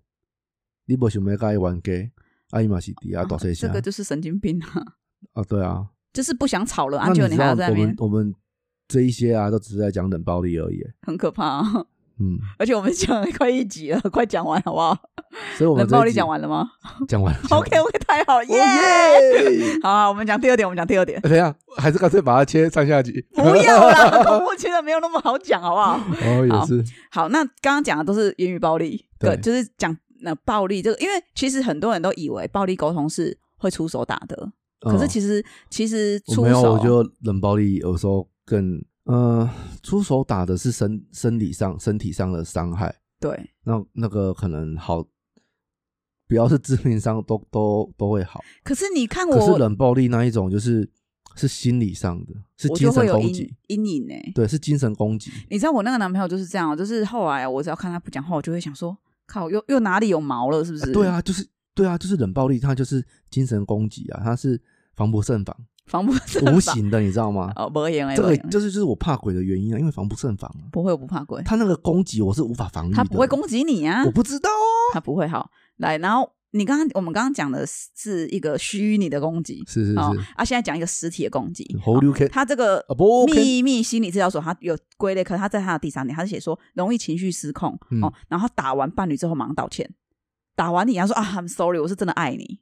你不想要跟伊玩 g 啊伊嘛是底下大声
这
声
个就是神经病啊，
啊，对啊。
就是不想吵了，
那
安
你
就
知
还
道
要在
我
那边
们，我们这一些啊，都只是在讲冷暴力而已。
很可怕、啊。
嗯，
而且我们讲了快一集了，快讲完好不好？
所以哦我们
冷
这
暴
一
力
集
讲完了吗
讲 完了。哦
？OK OK，太好耶！
耶！
好啊，我们讲第二点，我们讲第二点。
等一下，还是干脆把它切上下集。
不要 啦，恐怖情人没有那么好讲，好不好？
哦，也是，
好，那刚刚讲的都是言语暴力，
对
对，就是讲那、暴力这个，因为其实很多人都以为暴力沟通是会出手打的，可是
嗯
其实其实
我
出
没有，
手
我觉得冷暴力有时候更，呃，出手打的是身生理上、身体上的伤害，
对
那那个可能好，不要是致命伤都都都会好。
可是你看
可是
我，
冷暴力那一种就是是心理上的，是
我就
精
会
神
有
攻
阴
击，
阴影呢、
对，是精神攻击。
你知道我那个男朋友就是这样哦，就是后来我只要看他不讲话，我就会想说，靠，又又哪里有毛了，是不是？
对，啊，就是对啊，就是冷暴力，它就是精神攻击啊，它是防不胜防，
防不胜防
无形的，你知道吗？
哦，不言哎，
这
没
个
用的
就是就是我怕鬼的原因啊，因为防不胜防啊。
不会，我不怕鬼，
他那个攻击我是无法防御的，
他不会攻击你啊
我，不知道哦。
他不会好来，然后。你刚刚我们刚刚讲的是是一个虚拟的攻击，
是是
哦
是，
啊，现在讲一个实体的攻击，
猴流 K
他这个
啊不 OK
秘密心理治疗所，他有归类，可是他在他的第三点，他是写说容易情绪失控、
嗯
哦，然后打完伴侣之后马上道歉，打完你他说啊，I'm sorry，我是真的爱你，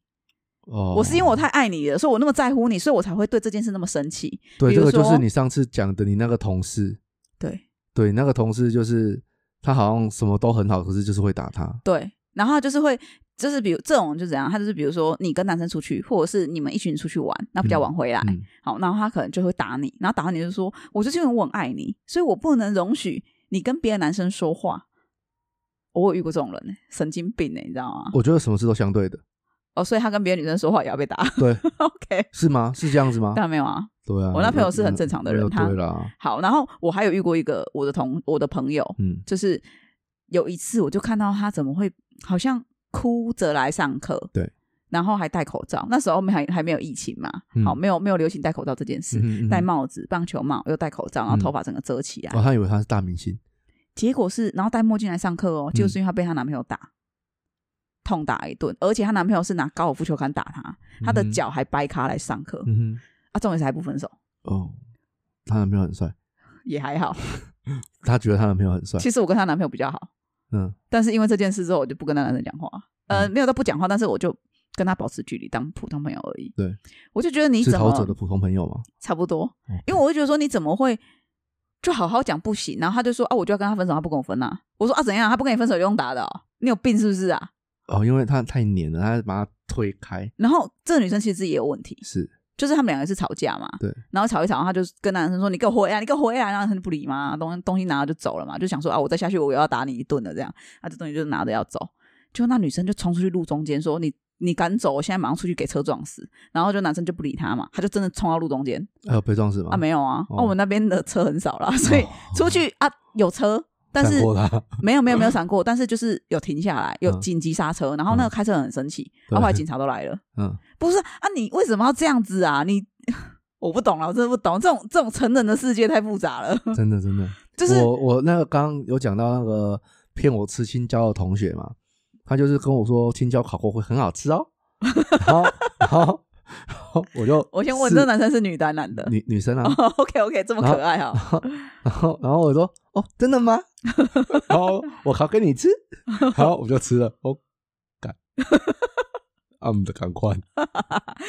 哦，
我是因为我太爱你了，所以我那么在乎你，所以我才会对这件事那么生气。
对
比
这
如
个就是
说
你上次讲的，你那个同事，
对
对那个同事就是他好像什么都很好，可是就是会打他，
对，然后他就是会。就是比如这种就怎样，他就是比如说你跟男生出去，或者是你们一群人出去玩，那比较晚回来，
嗯，
好，然后他可能就会打你，然后打完你就说，我就是因为我很爱你，所以我不能容许你跟别的男生说话。我有遇过这种人、欸，神经病呢、你知道吗？
我觉得什么事都相对的，
哦，所以他跟别的女生说话也要被打。
对，
OK，
是吗？是这样子吗？
当然没有啊。
对啊，
我那朋友
那
是很正常的
那
人
那
他
对啦，
好，然后我还有遇过一个我的同我的朋友，
嗯，
就是有一次我就看到他怎么会好像哭着来上课，
对，
然后还戴口罩，那时候没还还没有疫情嘛，
嗯
好，没有没有流行戴口罩这件事，
嗯嗯嗯
戴帽啊子、棒球帽，又戴口罩，然后
嗯
头发整个遮起来，
哦，他以为他是大明星，
结果是，然后戴墨镜来上课哦，
嗯
就是因为她被她男朋友打，痛打一顿，而且她男朋友是拿高尔夫球杆打她，她的
嗯哼
脚还掰开来上课，
嗯
啊，重点是还不 分手，
哼，哦，她男朋友很帅，
也还 好。
她觉得她男朋友很帅，
其实我跟她男朋友比较好，
嗯，
但是因为这件事之后，我就不跟那男生讲话，呃，
嗯
没有到不讲话，但是我就跟他保持距离，当普通朋友而已。
对，
我就觉得你
是
怎
陶喆的
么
普通朋友嘛，
差不多，
嗯
因为我会觉得说你怎么会就好好讲不行，然后他就说啊，我就要跟他分手，他不跟我分啊，我说啊怎样，他不跟你分手就用打的、哦，你有病是不是啊？
哦，因为他太黏了，他把他推开，
然后这个女生其实自己也有问题，
是
就是他们两个是吵架嘛，
对，
然后吵一吵，他就跟男生说：“你给我回来，你给我回来。”然后他就不理嘛，东东西拿了就走了嘛，就想说啊，我再下去我又要打你一顿了这样。啊，这东西就拿着要走，就那女生就冲出去路中间说：“你你敢走，我现在马上出去给车撞死。”然后就男生就不理他嘛，他就真的冲到路中间
还有被撞死吗？
啊，没有啊，
哦
啊我们那边的车很少啦，所以
哦
出去啊有车，但
闪
是
过他，
没有没有没有闪过，但是就是有停下来，有
嗯
紧急刹车，然后那个开车人很生气，啊
对
然后后来警察都来了。
嗯，
不是啊，你为什么要这样子啊？你我不懂了，我真的不懂，这种这种成人的世界太复杂了。
真的真的，
就是
我我那个刚刚有讲到那个骗我吃青椒的同学嘛，他就是跟我说青椒烤过会很好吃哦， 然后然后然后我就
我先问，
是
这男生是女的还是男的？哦
女女 生啊，
OK OK，这么可爱啊、
然后然后我说哦真的 吗？然后我烤给你吃，然后我就吃了，哦，干，啊唔得赶 快，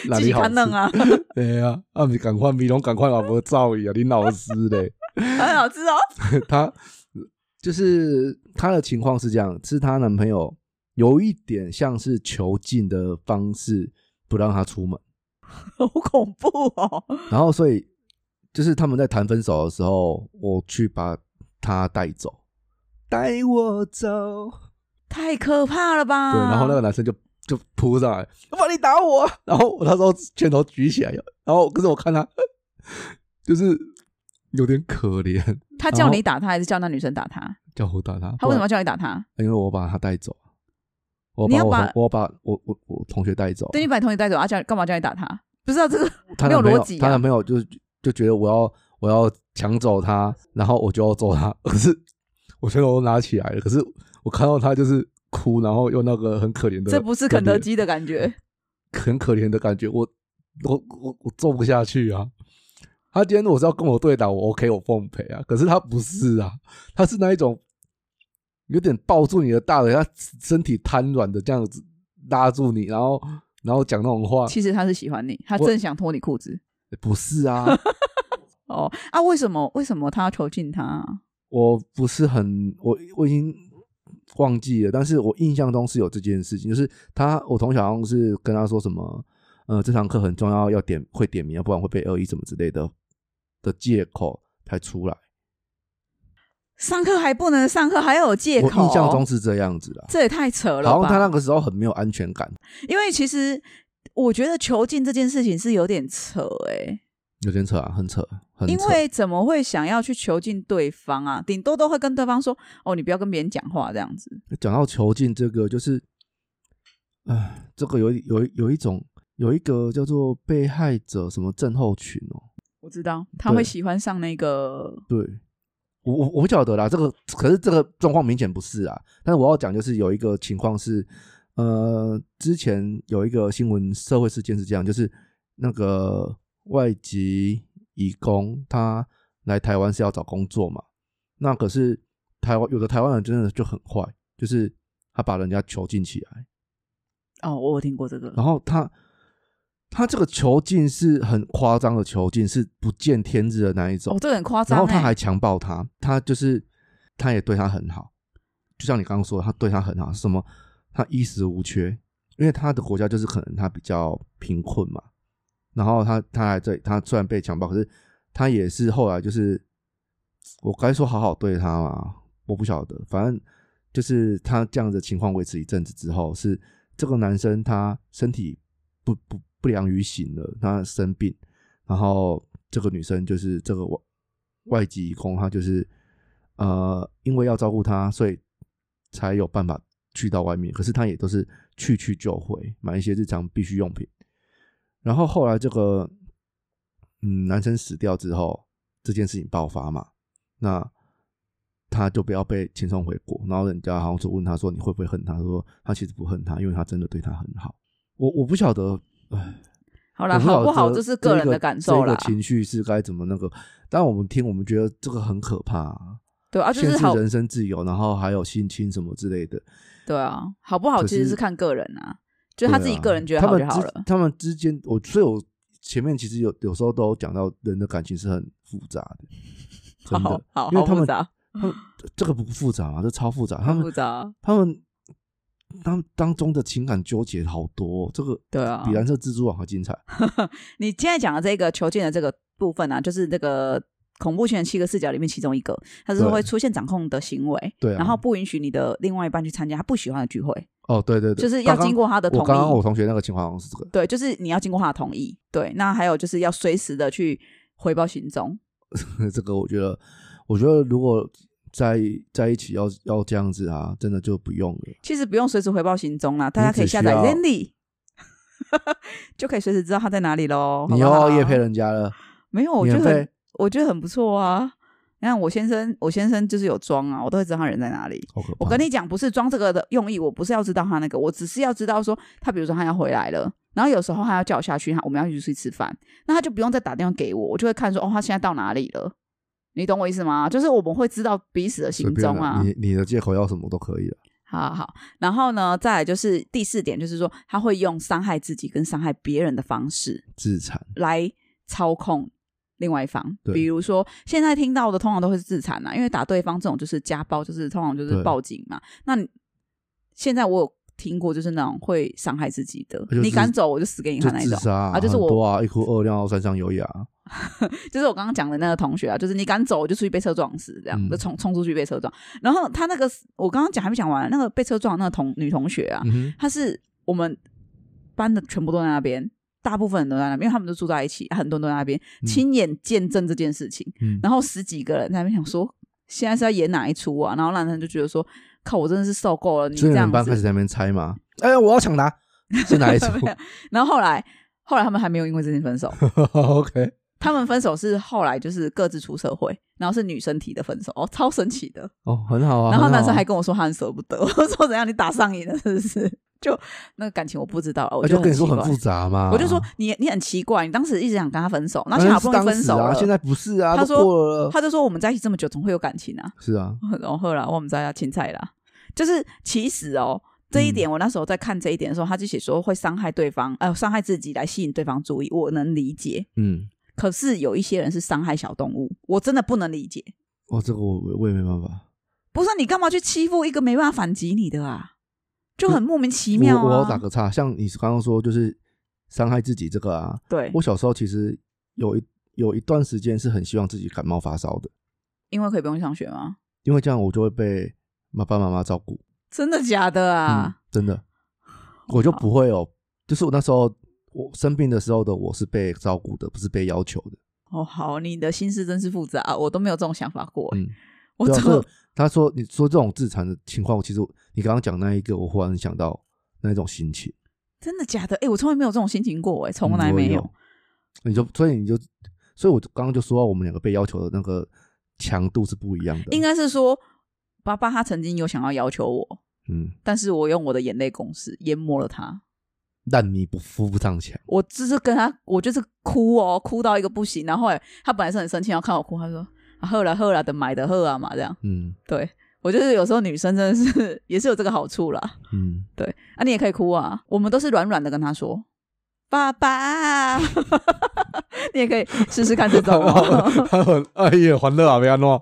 哪
自
里
己
好
看嫩
吃？
啊，
对啊，啊唔是赶快，米龙赶快把我造伊啊，你老师嘞。
很好吃哦。
她就是她的情况是这样，是她男朋友有一点像是囚禁的方式，不让她出门，
好恐怖哦！
然后所以就是他们在谈分手的时候，我去把她带走，带我走，
太可怕了吧？
对，然后那个男生就就扑上来，我把你打我，然后我那时候拳头举起来，然后可是我看他 就是有点可怜，
他叫你打他，还是叫那女生打他？
叫我打他，
他为什么要叫你打他？
因为我把他带走，啊我
你
把
要
我
把
同我把我我我同学带走，
对你把你同学带走，啊，叫干嘛叫你打他？不知道这个
她
没有
男朋友
逻辑啊
她男朋友就就觉得我要我要抢走她，然后我就要揍她， 可是我拳头都拿起来了，可是我看到她就是哭，然后又那个很可怜的，
这不是肯德基的感觉。
很可怜的感觉，我我我我揍不下去啊。他今天如果是要跟我对打，我 OK，我奉陪啊。可是他不是啊，他是那一种有点抱住你的大腿，他身体瘫软的这样子拉住你，然后然后讲那种话，
其实他是喜欢你，他正想脱你裤子
不是啊，
哦啊！为什么为什么他要囚禁他啊？
我不是很，我我已经忘记了，但是我印象中是有这件事情，就是他，我同学好像是跟他说什么，呃，这堂课很重要，要点会点名，要不然会被恶意什么之类的的借口才出来。
上课还不能上课，还要有借
我
口？
印象中是这样子的，
这也太扯了
好像他
吧？
那个时候很没有安全感，
因为其实我觉得囚禁这件事情是有点扯哎、
有点扯啊，很扯，很扯。
因为怎么会想要去囚禁对方啊？顶多都会跟对方说：“哦，你不要跟别人讲话这样子。
讲到囚禁这个，就是，唉，这个有一有一有一种有一个叫做被害者什么症候群哦，”
我知道他
对
会喜欢上那个，
对，我我我不晓得啦，这个可是这个状况明显不是啊。但是我要讲就是有一个情况是，呃，之前有一个新闻社会事件是这样，就是那个外籍移工他来台湾是要找工作嘛，那可是台湾有的台湾人真的就很坏，就是他把人家囚禁起来，
哦，我有听过这个，
然后他。他这个囚禁是很夸张的囚禁，是不见天日的那一种
哦，。这个很夸张、
然后
欸。
他还强暴她，他就是他也对她很好，就像你刚刚说的，他对她很好，什么他衣食无缺，因为他的国家就是可能他比较贫困嘛。然后他他还在，他虽然被强暴，可是他也是后来就是我该说好好对他嘛，我不晓得，反正就是他这样的情况维持一阵子之后，是这个男生他身体不不不良于行了，他生病，然后这个女生就是这个外外籍工，她就是呃，因为要照顾他，所以才有办法去到外面。可是她也都是去去就回，买一些日常必需用品。然后后来这个嗯男生死掉之后，这件事情爆发嘛，那他就不要被遣送回国。然后人家好像就问他说：“你会不会恨他？”他说：“他其实不恨他，因为他真的对他很好。我”我不晓得，唉。
好啦，
我不
好不好？
这
这是个人的
个
感受
这个，
啦
情绪是该怎么那个？但我们听，我们觉得这个很可怕、啊，
对啊，就
限
是
制
好，
人身自由，然后还有性侵什么之类的。
对啊，好不好
可
其实
是
是看个人啊，就他自己个人觉得
他
好
们
就好
之
了。
他们之间，我所以我前面其实有有时候都有讲到人的感情是很复杂的， 真
好
的。
好
因为
好
他
复
们
杂，
他们这个不复杂啊，这超复杂。他
很
们
复杂，
他们当当中的情感纠结好多哦、这个
对啊
比。蓝色蜘蛛网还精彩。
你现在讲的这个囚禁的这个部分啊，就是这个。恐怖情人七个视角里面其中一个，它是
对
会出现掌控的行为，
对啊
然后不允许你的另外一半去参加他不喜欢的聚会，
哦，对对对，
就是要
刚刚
经过他的同意。
我刚刚我同学那个情况好像是这个，
对，就是你要经过他的同意。对，那还有就是要随时的去回报行踪。
这个我觉得，我觉得如果在在一起要要这样子啊，真的就不用了。
其实不用随时回报行踪啦，大家可以
只需
下载
要
Zenly，就可以随时知道他在哪里喽。
你又
好不好
要夜配人家了，
没有，我觉得
免费
很我觉得很不错啊。你看我先生，我先生就是有装啊，我都会知道他人在哪里。
好可怕！
我跟你讲，不是装这个的用意，我不是要知道他那个，我只是要知道说他，比如说他要回来了，然后有时候他要叫我下去，他我们要去出去吃饭，那他就不用再打电话给我，我就会看说哦，他现在到哪里了，你懂我意思吗？就是我们会知道彼此的
随
行
便
踪
啦
啊。
你你的借口要什么都可以了。
好好好，然后呢，再来就是第四点，就是说他会用伤害自己跟伤害别人的方式，
自残，
来操控另外一方。
对
比如说，现在听到的通常都会是自残啊啦、因为打对方这种就是家暴，就是通常就是
对
报警嘛。那你现在我有听过，就是那种会伤害自己的，
就是
你敢走我就死给你
就
看那一
自
种。
杀
啊就是我啊
很多啊，一哭二闹三上有雅，
就是我刚刚讲的那个同学啊，就是你敢走，我就出去被车撞死，这样、
嗯
就冲冲出去被车撞。然后他那个我刚刚讲还没讲完，那个被车撞的那个同女同学啊，
嗯哼，
她是我们班的全部都在那边，大部分人都在那边，因为他们都住在一起，很多人都在那边
嗯
亲眼见证这件事情。
嗯
然后十几个人在那边想说，现在是要演哪一出啊？然后男生就觉得说，靠，我真的是受够了你
所
这
以你
样
们班开始
子。
在那边猜嘛？哎，我要抢答，是哪一 种
然后后来，后来他们还没有因为这件分 手，
？OK，
他们分手是后来就是各自出社会，然后是女生提的分手，哦，超神奇的。
哦，很好啊。
然后
很好啊
男生还跟我说他很舍不得，我说怎样你打上瘾了是不是？就那个感情我不知道，我
啊
觉
就
得
跟你说
很
很
奇怪
复杂嘛，
我就说你你很奇怪，你当时一直想跟他分手，然
啊那是
后现在好不容易分
当
手
时
了，
啊，现在不是啊，
他
都
说
过了，
他就说我们在一起这么久，总会有感情啊。
是啊，
然后后来我们在要青菜啦，就是其实哦。这一
嗯
点，我那时候在看这一点的时候，他就写说会伤害对方，呃，伤害自己来吸引对方注意，我能理解。
嗯，
可是有一些人是伤害小动物，我真的不能理解。
哦，这个我我也没办法，
不是你干嘛去欺负一个没办法反击你的啊？就很莫名其妙啊！
我我要打个岔，像你刚刚说就是伤害自己这个啊，
对，
我小时候其实有一有一段时间是很希望自己感冒发烧的，
因为可以不用上学吗？
因为这样我就会被爸爸妈妈照顾
真的假的啊？
嗯，真的，我就不会哦，就是我那时候我生病的时候的我是被照顾的，不是被要求的，
哦，好，你的心思真是复杂、啊我都没有这种想法过。
嗯，
我
对啊
怎
所
么
以他说你说这种自残的情况，其实我你刚刚讲那一个，我忽然想到那一种心情。
真的假的？哎、我从来没有这种心情过、哎，从
嗯
来
我
没
有
有。
你就所以你就，所以我就刚刚就说我们两个被要求的那个强度是不一样的。
应该是说，爸爸他曾经有想要要求我，
嗯，
但是我用我的眼泪攻势淹没了他。
烂泥不扶不上墙。
我就是跟他，我就是哭哦，哭到一个不行。然后后来他本来是很生气，要看我哭，他说：“啊，喝了喝了，等买的喝啊嘛，这样。
嗯
对”我就是有时候女生真的是 也是有这个好处啦。
嗯，
对啊，你也可以哭啊，我们都是软软的跟他说。爸爸， 你也可以试试看这种、哦。
他很哎呀，欢乐啊，没安诺，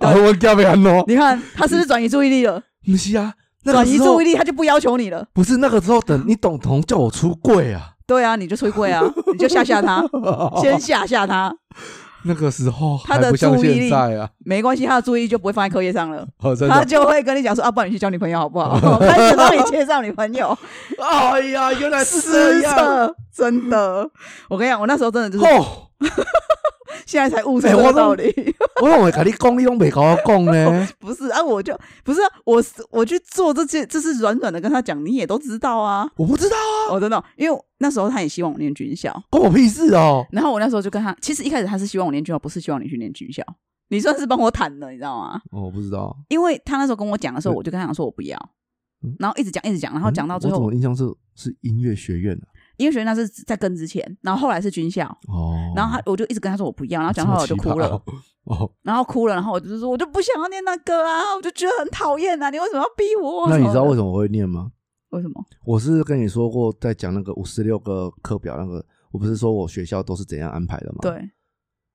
啊
对
我叫没安诺。
你看他是不是转移注意力了？
不是啊，那
转
个
移
时
注
候
意力，他就不要求你了。
不是那个时候，等你董彤叫我出柜啊，
对啊，你就出柜啊，你就吓吓 他，先吓吓他，
那个时候
他
还
的
不像
注意力
现在啊，
没关系，他的注意力就不会放在课业上了，
哦，真
他
的，
就会跟你讲说啊，不然你去交女朋友好 不好？开始帮你介绍女朋友，
哎呀，原来是这
失
样
策，真的。我跟你讲，我那时候真的就是
哦。
现在才悟出
哎
这
我
个
都
道理。
我认为跟你讲，你都没跟我讲 呢。
不是啊，我就不是、啊、我是，我去做这些，这是软软的跟他讲，你也都知道啊。
我不知道啊，
我、真的，因为那时候他也希望我念军校，
关我屁事哦。
然后我那时候就跟他，其实一开始他是希望我念军校，不是希望你去念军校。你算是帮我谈了，你知道吗？
哦，我不知道。
因为他那时候跟我讲的时候，
嗯
我就跟他讲说我不要
嗯，
然后一直讲一直讲，然后讲到
嗯
最
我
后
怎，么印象是是音乐学院啊？
因为学那是在跟之前，然后后来是军校，
哦，
然后他我就一直跟他说我不要，然后讲到我就
这
哭了
么，奇葩哦。
然后哭了，然后我就说我就不想要念那个啊，我就觉得很讨厌啊，你为什么要逼我
哦，
啊？
那你知道为
什么
什么我会念吗？
的为什么？
我是跟你说过，在讲那个五十六个课表那个，我不是说我学校都是怎样安排的吗？
对，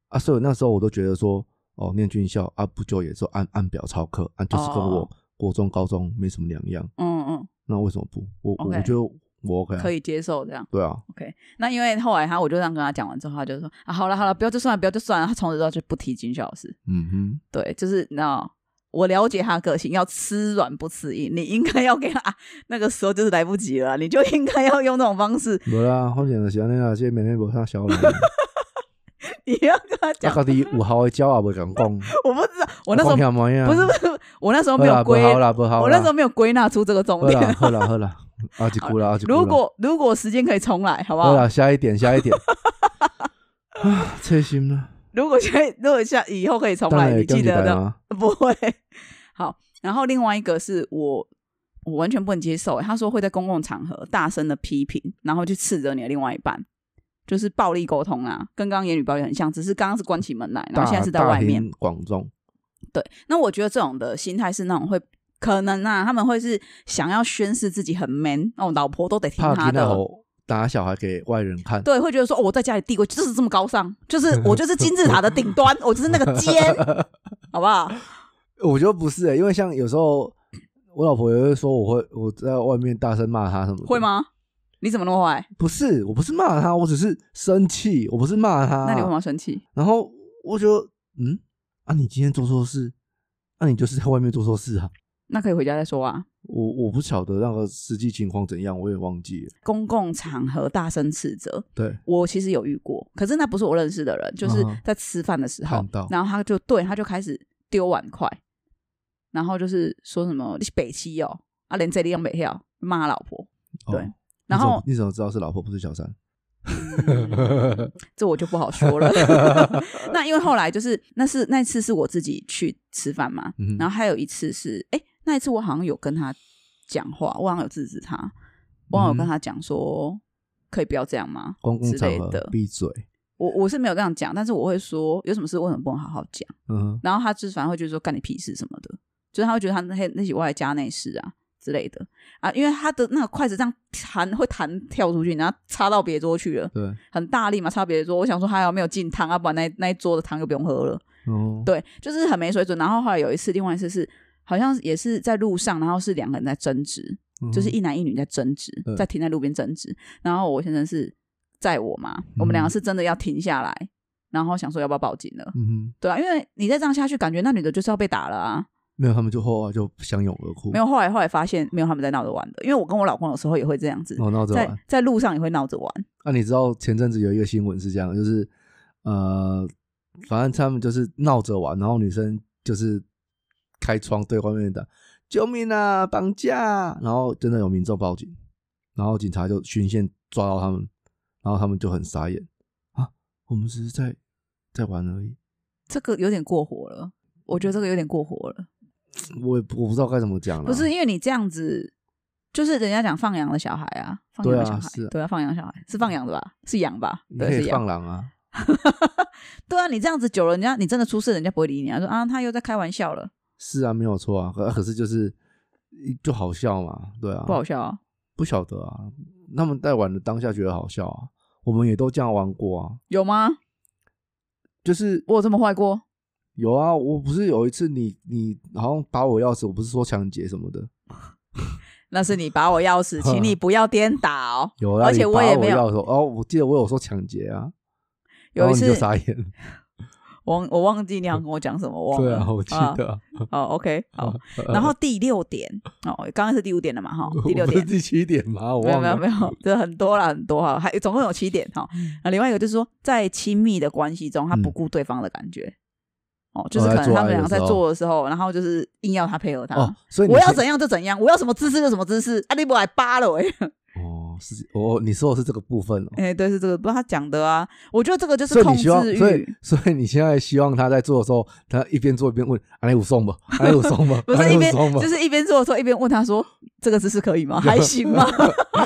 啊，所以那时候我都觉得说，哦，念军校啊，不就也是按按表操课，啊，就是跟我
哦
国中、高中没什么两样。
嗯嗯，
那为什么不？我我
OK
我觉得我 OK 啊
可，以接受这样。
对啊，
OK，那因为后来他我就这样跟他讲完之后，他就说啊，好了好了，不要就算了，不要就算了。他从此之后就不提军校的事。
嗯哼。
对，就是那我了解他的个性，要吃软不吃硬。你应该要给他、啊那个时候就是来不及了啊，你就应该要用那种方式
无啦，反正就是安尼啦，这妹妹无啥小人。
你要跟他
啊，
讲，
到底有好的鸟也不敢讲，
我不知道， 我那时候
讲什么呀
不是不是，我那时候
好
没有
啦，不
归，
好啦，不好啦，
我那时候没有归纳出这个重
好啦，
点。
好啦，好啦， 啊，一 句啦，啊，一句啦
如果如果时间可以重来，好不
好
好？
啦，下一点，下一 点，啊，切心了，
如果现在如果下以后可以重
当
来，
然
你
也
记
更起
得
来
的
吗？
不会。好，然后另外一个是我我完全不能接受，欸他说会在公共场合大声的批评，然后去斥责你的另外一半。就是暴力沟通啊，跟刚刚言语暴力很像，只是刚刚是关起门来，然
大
后现在是在外面。，
大庭广众，
对，那我觉得这种的心态是那种会可能啊，他们会是想要宣示自己很 man 哦，老婆都得听
怕
他
听
的
到。吼打小孩给外人看，
对，会觉得说、哦、我在家里地位就是这么高尚，就是 我就是金字塔的顶端，我就是那个尖，好不好？
我觉得不是欸，因为像有时候我老婆也会说我会我在外面大声骂她什么的，
会？吗？你怎么那么坏？
不是，我不是骂她，我只是生气，我不是骂她。
那你为什么要生气？
然后我就嗯啊，你今天做错事，那、你就是在外面做错事啊。
那可以回家再说啊。
我我不晓得那个实际情况怎样，我也忘记了。
公共场合大声斥责，
对，
我其实有遇过，可是那不是我认识的人，就是
嗯哼
在吃饭的时候，
看到
然后他就对他就开始丢碗筷，然后就是说什么你是北七哦，啊连这里用北跳，骂他老婆，对
哦
然后嗯
你怎么你怎么知道是老婆不是小 三？嗯
这我就不好 说了。 那因为后来就是那是那次是我自己去吃饭嘛，
嗯哼
然后还有一次是哎那一次我好像有跟他讲话，我好像有制止他，我好像有跟他讲说、可以不要这样吗？
公共
之
场
类
合
的
闭嘴。
我我是没有这样讲，但是我会说有什么事为什么不能好好讲？
嗯，
然后他就是反正会觉得说干你屁事什么的，就是他会觉得他那些那些外家内事啊之类的啊，因为他的那个筷子这样弹会弹跳出去，然后插到别桌去了，
对，
很大力嘛，插别桌。我想说还好没有进汤，啊要、不然那那一桌的汤就不用喝了。
哦，
对，就是很没水准。然后后来有一次，另外一次是好像也是在路上，然后是两个人在争执，
嗯
就是一男一女在争执
嗯，
在停在路边争执。然后我先生是载我嘛，我们两个是真的要停下来，然后想说要不要报警了。
嗯哼，
对啊，因为你再这样下去，感觉那女的就是要被打了啊。
没有，他们就后来就相拥而哭，
没有，后来后来发现没有他们在闹着玩的，因为我跟我老公有时候也会这样子，
哦，闹着
在
玩。
在路上也会闹着玩。
那、啊你知道前阵子有一个新闻是这样，就是呃，反正他们就是闹着玩，然后女生就是开窗对外面的救命啊，绑架！然后真的有民众报警，然后警察就巡线抓到他们，然后他们就很傻眼啊，我们只是在在玩而已，
这个有点过火了，我觉得这个有点过火了。
我也不我不知道该怎么讲了。
不是因为你这样子，就是人家讲放羊的小孩啊，放羊的
对
小
啊
孩，
是啊
对啊，放羊小孩是放羊的吧？是羊吧？
你可
对，
以
是
放
羊。
狼啊，
对啊，你这样子久了，人家你真的出事，人家不会理你啊，说啊他又在开玩笑了，
是啊，没有错啊，可可是就是就好笑嘛，对啊，
不好笑啊。
不晓得啊，他们在玩的当下觉得好笑啊，我们也都这样玩过啊，
有吗？
就是
我有这么坏过？
有啊，我不是有一次你你好像把我钥匙，我不是说抢劫什么的，
那是你把我 钥匙，请你不要颠倒。
有啊，
而且
你拔
我也没
钥
有
匙，哦，我记得我有说抢劫啊，然
有一
后你
次
就，傻眼，
我忘我忘记你要跟我讲什么，我忘
对
了。
啊，我记
啊
得啊，
哦，OK，好。然后第六点，哦，刚刚是第五点了嘛，哈，第六
我不
点
是，第七点吗？我
没有
忘
没有
了，哦
没有，这很多啦，很多哈，还总共有七点哈。
嗯
那另外一个就是说，在亲密的关系中，他不顾对方的感觉，哦，就是
哦
可
在
能
做
他们
爱的
两个在
时候
做的时候，然后就是硬要他配合他，
哦，所以你
我要
先
怎样就怎样，我要什么姿势就什么姿势，啊，你不来扒了喂，
哦，是哦，你说的是这个部分哦。
哎，对，是这个，不是他讲的啊，我觉得这个就是
所以
控
你希望，
制
所以
欲。
所以你现在希望他在做的时候，他一边做一边问：“安利武松吧，安利武松吧，
不
安利
是一
武
边
松吧。”
就是一边做的时候一边问他说：“这个姿势可以 吗？还行吗？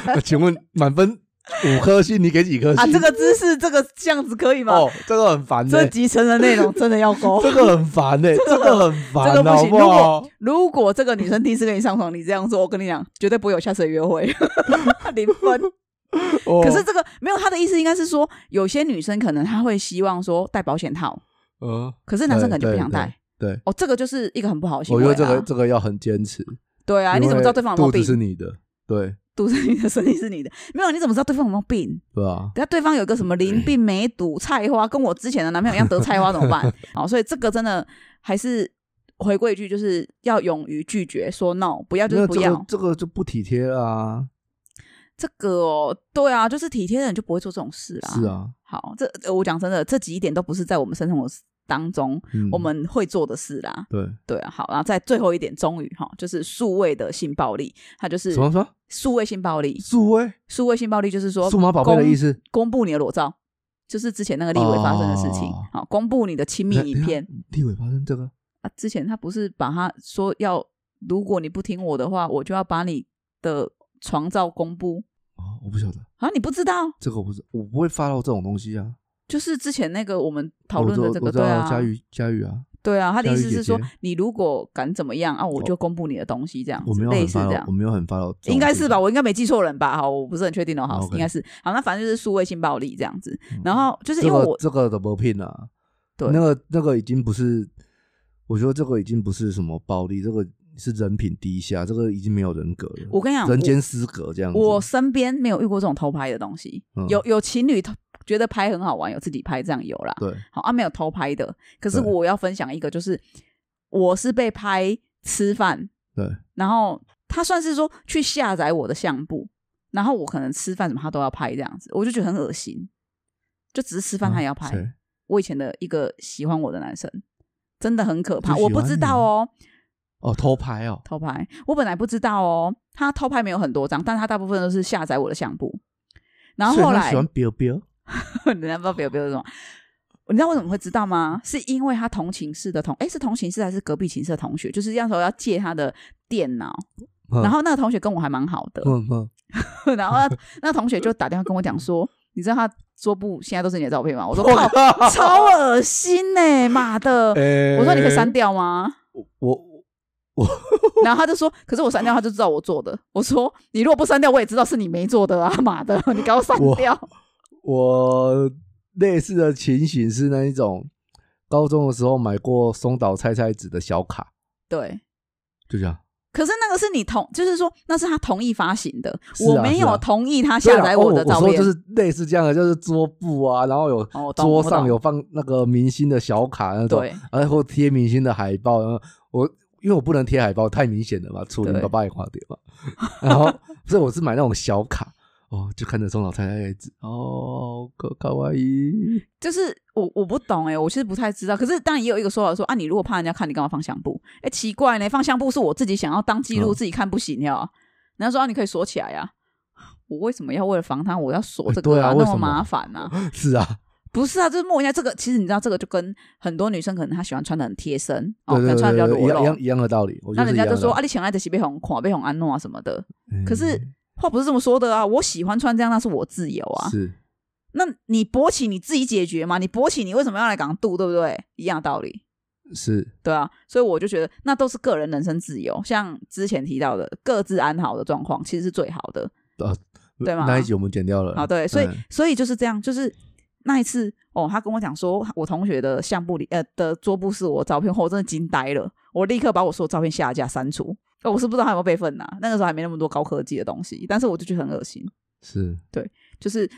那请问满分五颗星，你给几颗星？
啊，这个姿势，这个这样子可以吗？”
哦，这个很烦
这
呢，
集成人内容真的要 勾，
这个很烦呢，这个很烦，
这个不
好
行
不好？
如果这个女生第一次跟你上床，你这样做，我跟你讲，绝对不会有下次的 约会，零分。
哦
可是，这个没有他的意思，应该是说，有些女生可能她会希望说戴保险套，
嗯，
可是男生可能就不想戴。
对对对
哦，这个就是一个很不好的行
我
为、啊。
觉得这个这个要很坚持。
对啊，
因为
你怎么知道对方有没
肚
有
子
病？
是你的，对
肚子是 你的，身体是你的，没有，你怎么知道对方有没有病？
对吧？
等下对方有一个什么淋病、梅毒、菜花，跟我之前的男朋友一样得菜花怎 么办？好，所以这个真的还是回归一句，就是要勇于拒绝，说 no，不要就
那
是不
这
要。
个这个就不体贴啦。
这个哦，对啊，就是体贴的人就不会做这种事啦。
是，啊，
好，这呃我讲真的，这几点都不是在我们生活当中
嗯，
我们会做的事啦。
对
对啊，好，然后再最后一点，终于哈，就是数位的性暴力，它就是
什么说
数位性暴力，
数位
数位性暴力就是说
数码宝贝的意思？
公布你的裸照，就是之前那个立委发生的事情
哦。
好、公布你的亲密
等一下
影片
地尾发生这个
啊，之前他不是把他说要，如果你不听我的话，我就要把你的床照公布
哦，我不晓得
啊，你不知道？
这个我不是我不会发到这种东西啊。
就是之前那个我们讨论的
我知道
这个，
我知
对
道
啊
佳，宇佳宇啊，
对啊，他的意思
佳玉姐
是说
姐，哦
你如果敢怎么样啊，我就公布你的东西，这样
我
子
没有
类
很
似
发
这
到，
样
我。没有很发到，
应该是吧，？我应该没记错人吧？好，我不是很确定哦。好，
OK 嗯
应该是好。那反正就是数位性暴力这样子。然后就是
这
因为
个
我
这个怎么拼啊？
对
那个那个已经不是，我觉得这个已经不是什么暴力，这个是人品低下，这个已经没有人格了。
我跟你讲，
人
我
间失格这样子。
我身边没有遇过这种偷拍的东西，
嗯
有有情侣偷觉得拍很好玩，有自己拍这样有啦。
对
好啊，没有偷拍的。可是
对
我要分享一个，就是我是被拍吃饭，
对，
然后他算是说去下载我的相簿，然后我可能吃饭什么他都要拍这样子，我就觉得很恶心。就只是吃饭他也要拍，
啊谁
我以前的一个喜欢我的男生，真的很可怕，
就喜
我
欢
不知道哦。
哦，偷拍哦，
偷拍，我本来不知道哦，他偷拍没有很多张，但他大部分都是下载我的相簿。然后
所以
后
啊他
来
喜， 欢 biu biu，
人家不知道别有别有什么，你知道为什么会知道吗？是因为他同寝室的同，哎，是同寝室还是隔壁寝室的同学？就是那时候要借他的电脑，
嗯
然后那个同学跟我还蛮好的，
嗯嗯，
然后那那同学就打电话跟我讲说，你知道他桌布现在都是你的照片吗？我说
我
靠，
靠
超恶心呢、妈的！
哎
我说你可以删掉吗？
我
然后他就说，可是我删掉，他就知道我做的。我说你如果不删掉，我也知道是你没做的啊，妈的，你给我删掉。
我类似的情形是那一种，高中的时候买过松岛菜菜子的小卡，
对，
就这样。
可是那个是你同，就是说那是他同意发行的，
是啊哦
我没有同意他 下载
我
的照
我说
片。
就是类似这样的，就是桌布啊，然后有
哦我懂
桌
我懂
上有放那个明星的小卡那种，
对
然后贴明星的海报。然后我因为我不能贴海报，太明显了嘛，处
对
理爸爸也花掉嘛。然后所以我是买那种小卡。哦，就看着松岛菜菜子，哦，可可爱伊，
就是我我不懂哎、我其实不太知道。可是当然也有一个说法说啊，你如果怕人家看，你干嘛放相簿？哎、奇怪呢，放相簿是我自己想要当记录，
嗯
自己看不行呀、人家说、啊、你可以锁起来呀、我为什么要为了防他，我要锁这个
对啊为
那么
什么
麻烦啊？
是啊，
不是啊，就是摸一下这个。其实你知道，这个就跟很多女生可能她喜欢穿的很贴身哦，
对对
可能
对
穿的比较
对，一
裸
样一
露
样。一样的道理。我觉
那
得是
人家
一
就
样的
说
道
啊，你想爱的是被红垮，被红安诺啊什么的。
理，
可是
嗯
话不是这么说的啊，我喜欢穿这样，那是我自由啊。
是
那你勃起你自己解决嘛？你勃起你为什么要来港度，对不对？一样的道理，
是，
对啊。所以我就觉得那都是个人人身自由，像之前提到的各自安好的状况，其实是最好的。对嘛
那一集我们剪掉了。
好，对，所以、
嗯
所以就是这样，就是那一次哦，他跟我讲说，我同学的相簿里呃的桌布是我照片，我真的惊呆了，我立刻把我所有照片下架删除。哦我是不知道他有没有备份呐、那个时候还没那么多高科技的东西，但是我就觉得很恶心，
是
就是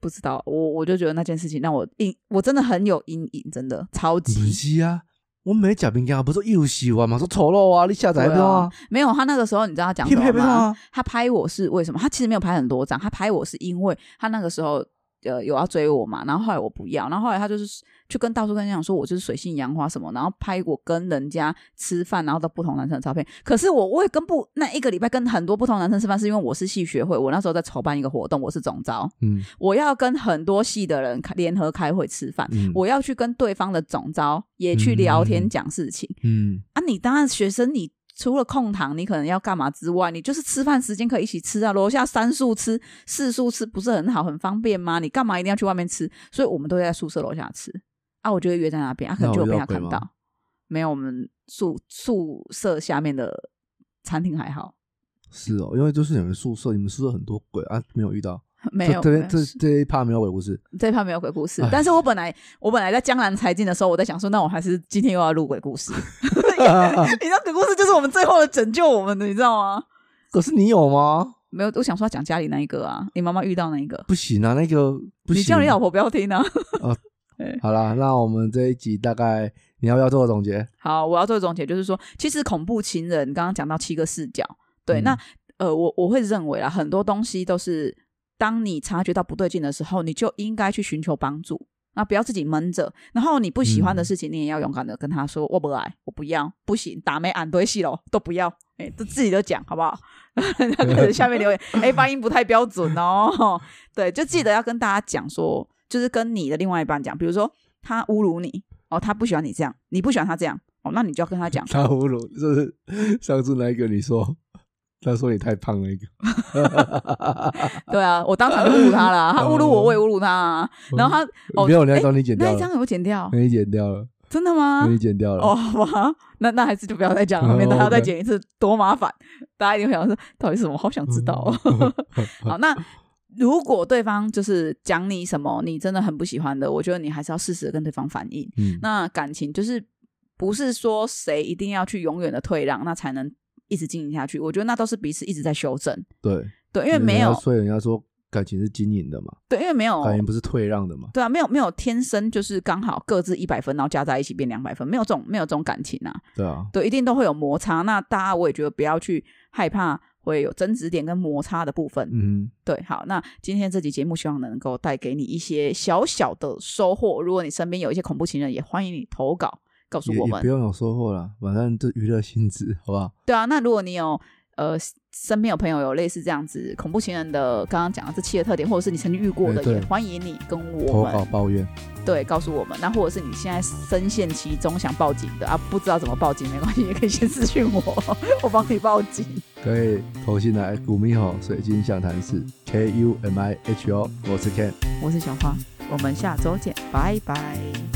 不知道我我就觉得那件事情让我阴，我真的很有阴影，真的超级
不是啊，我没假饼干，不是又喜欢嘛，说丑陋啊，你下载不到啊，
没有，他那个时候你知道他讲
匹
什么
配不到
吗
啊？，
他拍我是为什么？他其实没有拍很多张，他拍我是因为他那个时候呃有要追我嘛，然后后来我不要，然后后来他就是去跟到处跟人讲说我就是水性杨花什么，然后拍我跟人家吃饭，然后到不同男生的照片。可是我我也跟不那一个礼拜跟很多不同男生吃饭，是因为我是系学会，我那时候在筹办一个活动，我是总招，
嗯
我要跟很多系的人开联合开会吃饭，
嗯，
我要去跟对方的总招也去聊天讲事情。
嗯
啊，你当然学生，你除了空堂，你可能要干嘛之外，你就是吃饭时间可以一起吃啊，楼下三宿吃、四宿吃，不是很好，很方便吗？你干嘛一定要去外面吃？所以我们都会在宿舍楼下吃啊，我就会约在那边啊，可能
那
就
有
有被
遇
他
到鬼
看
吗
到。没有，我们宿宿舍下面的餐厅还好，
是哦，因为就是你们宿舍，你们宿舍很多鬼啊，没有遇到，
没有
这
没
边
有
这这一趴没有鬼故事，
这一趴没有鬼故事
唉。
但是我本来我本来在江南财经的时候，我在想说，那我还是今天又要录鬼故事。 你知道鬼故事就是我们最后的拯救我们的，你知道吗？
可是你有吗？
没有，我想说要讲家里那一个啊，你妈妈遇到那一个，
不行啊，那个不行，
你叫你老婆不要听啊。
好啦，那我们这一集大概你要不要做个总结？
好，我要做总结，就是说，其实恐怖情人刚刚讲到七个视角，对，
嗯
那呃，我我会认为啦，很多东西都是当你察觉到不对劲的时候，你就应该去寻求帮助，那不要自己闷着。然后你不喜欢的事情，你也要勇敢的跟他说，我不来，我不要，不行，打没俺堆戏了，都不要，哎、都自己都讲好不 好？人家开始下面留言，哎、发音不太标准哦，对，就记得要跟大家讲说，就是跟你的另外一半讲，比如说他侮辱你，哦，他不喜欢你这样，你不喜欢他这样，哦，那你就要跟 他讲，
大葫芦，就是 上次那一个你说，他说你太胖了一个，
对啊，我当场就侮辱他了啊、他侮辱我，
哦
我也侮辱他、啊。然后他哦
没有，那
哎
一张你剪
那
掉
一
了，
张有剪掉，
那你啊剪掉了，
真的吗
那？你剪掉了，
哦，好吧，那那还是就不要再讲了，
哦
免得还要再
OK
剪一次，多麻烦。大家一定会想说，到底是什么？好想知道哦。
嗯
好，那如果对方就是讲你什么，你真的很不喜欢的，我觉得你还是要适时的跟对方反映。
嗯，
那感情就是不是说谁一定要去永远的退让，那才能一直经营下去。我觉得那都是彼此一直在修正。
对，
对，因为没
人家
有
所以人家说感情是经营的嘛，
对，因为没有
感情不是退让的嘛，
对啊，没有没有天生就是刚好各自一百分，然后加在一起变两百分，没有这种没有这种感情啊。
对啊，
对，一定都会有摩擦。那大家我也觉得不要去害怕会有争执点跟摩擦的部分。
嗯，
对，好，那今天这集节目希望能够带给你一些小小的收获。如果你身边有一些恐怖情人，也欢迎你投稿告诉
也
我
也不
们。
用有收获啦，反正这娱乐性质，好不好？
对啊，那如果你有呃身边有朋友有类似这样子恐怖情人的，刚刚讲的这期的特点，或者是你曾经遇过的，
哎对
也欢迎你跟我
投
们
稿抱怨，
对，告诉我们。那或者是你现在深陷其中想报警的啊，不知道怎么报警没关系，也可以先私讯我， 我帮你报警。
可以投信来古米吼水晶相谈室 K U M I H O，我是 Ken。
我是小花，我们下周见，拜拜。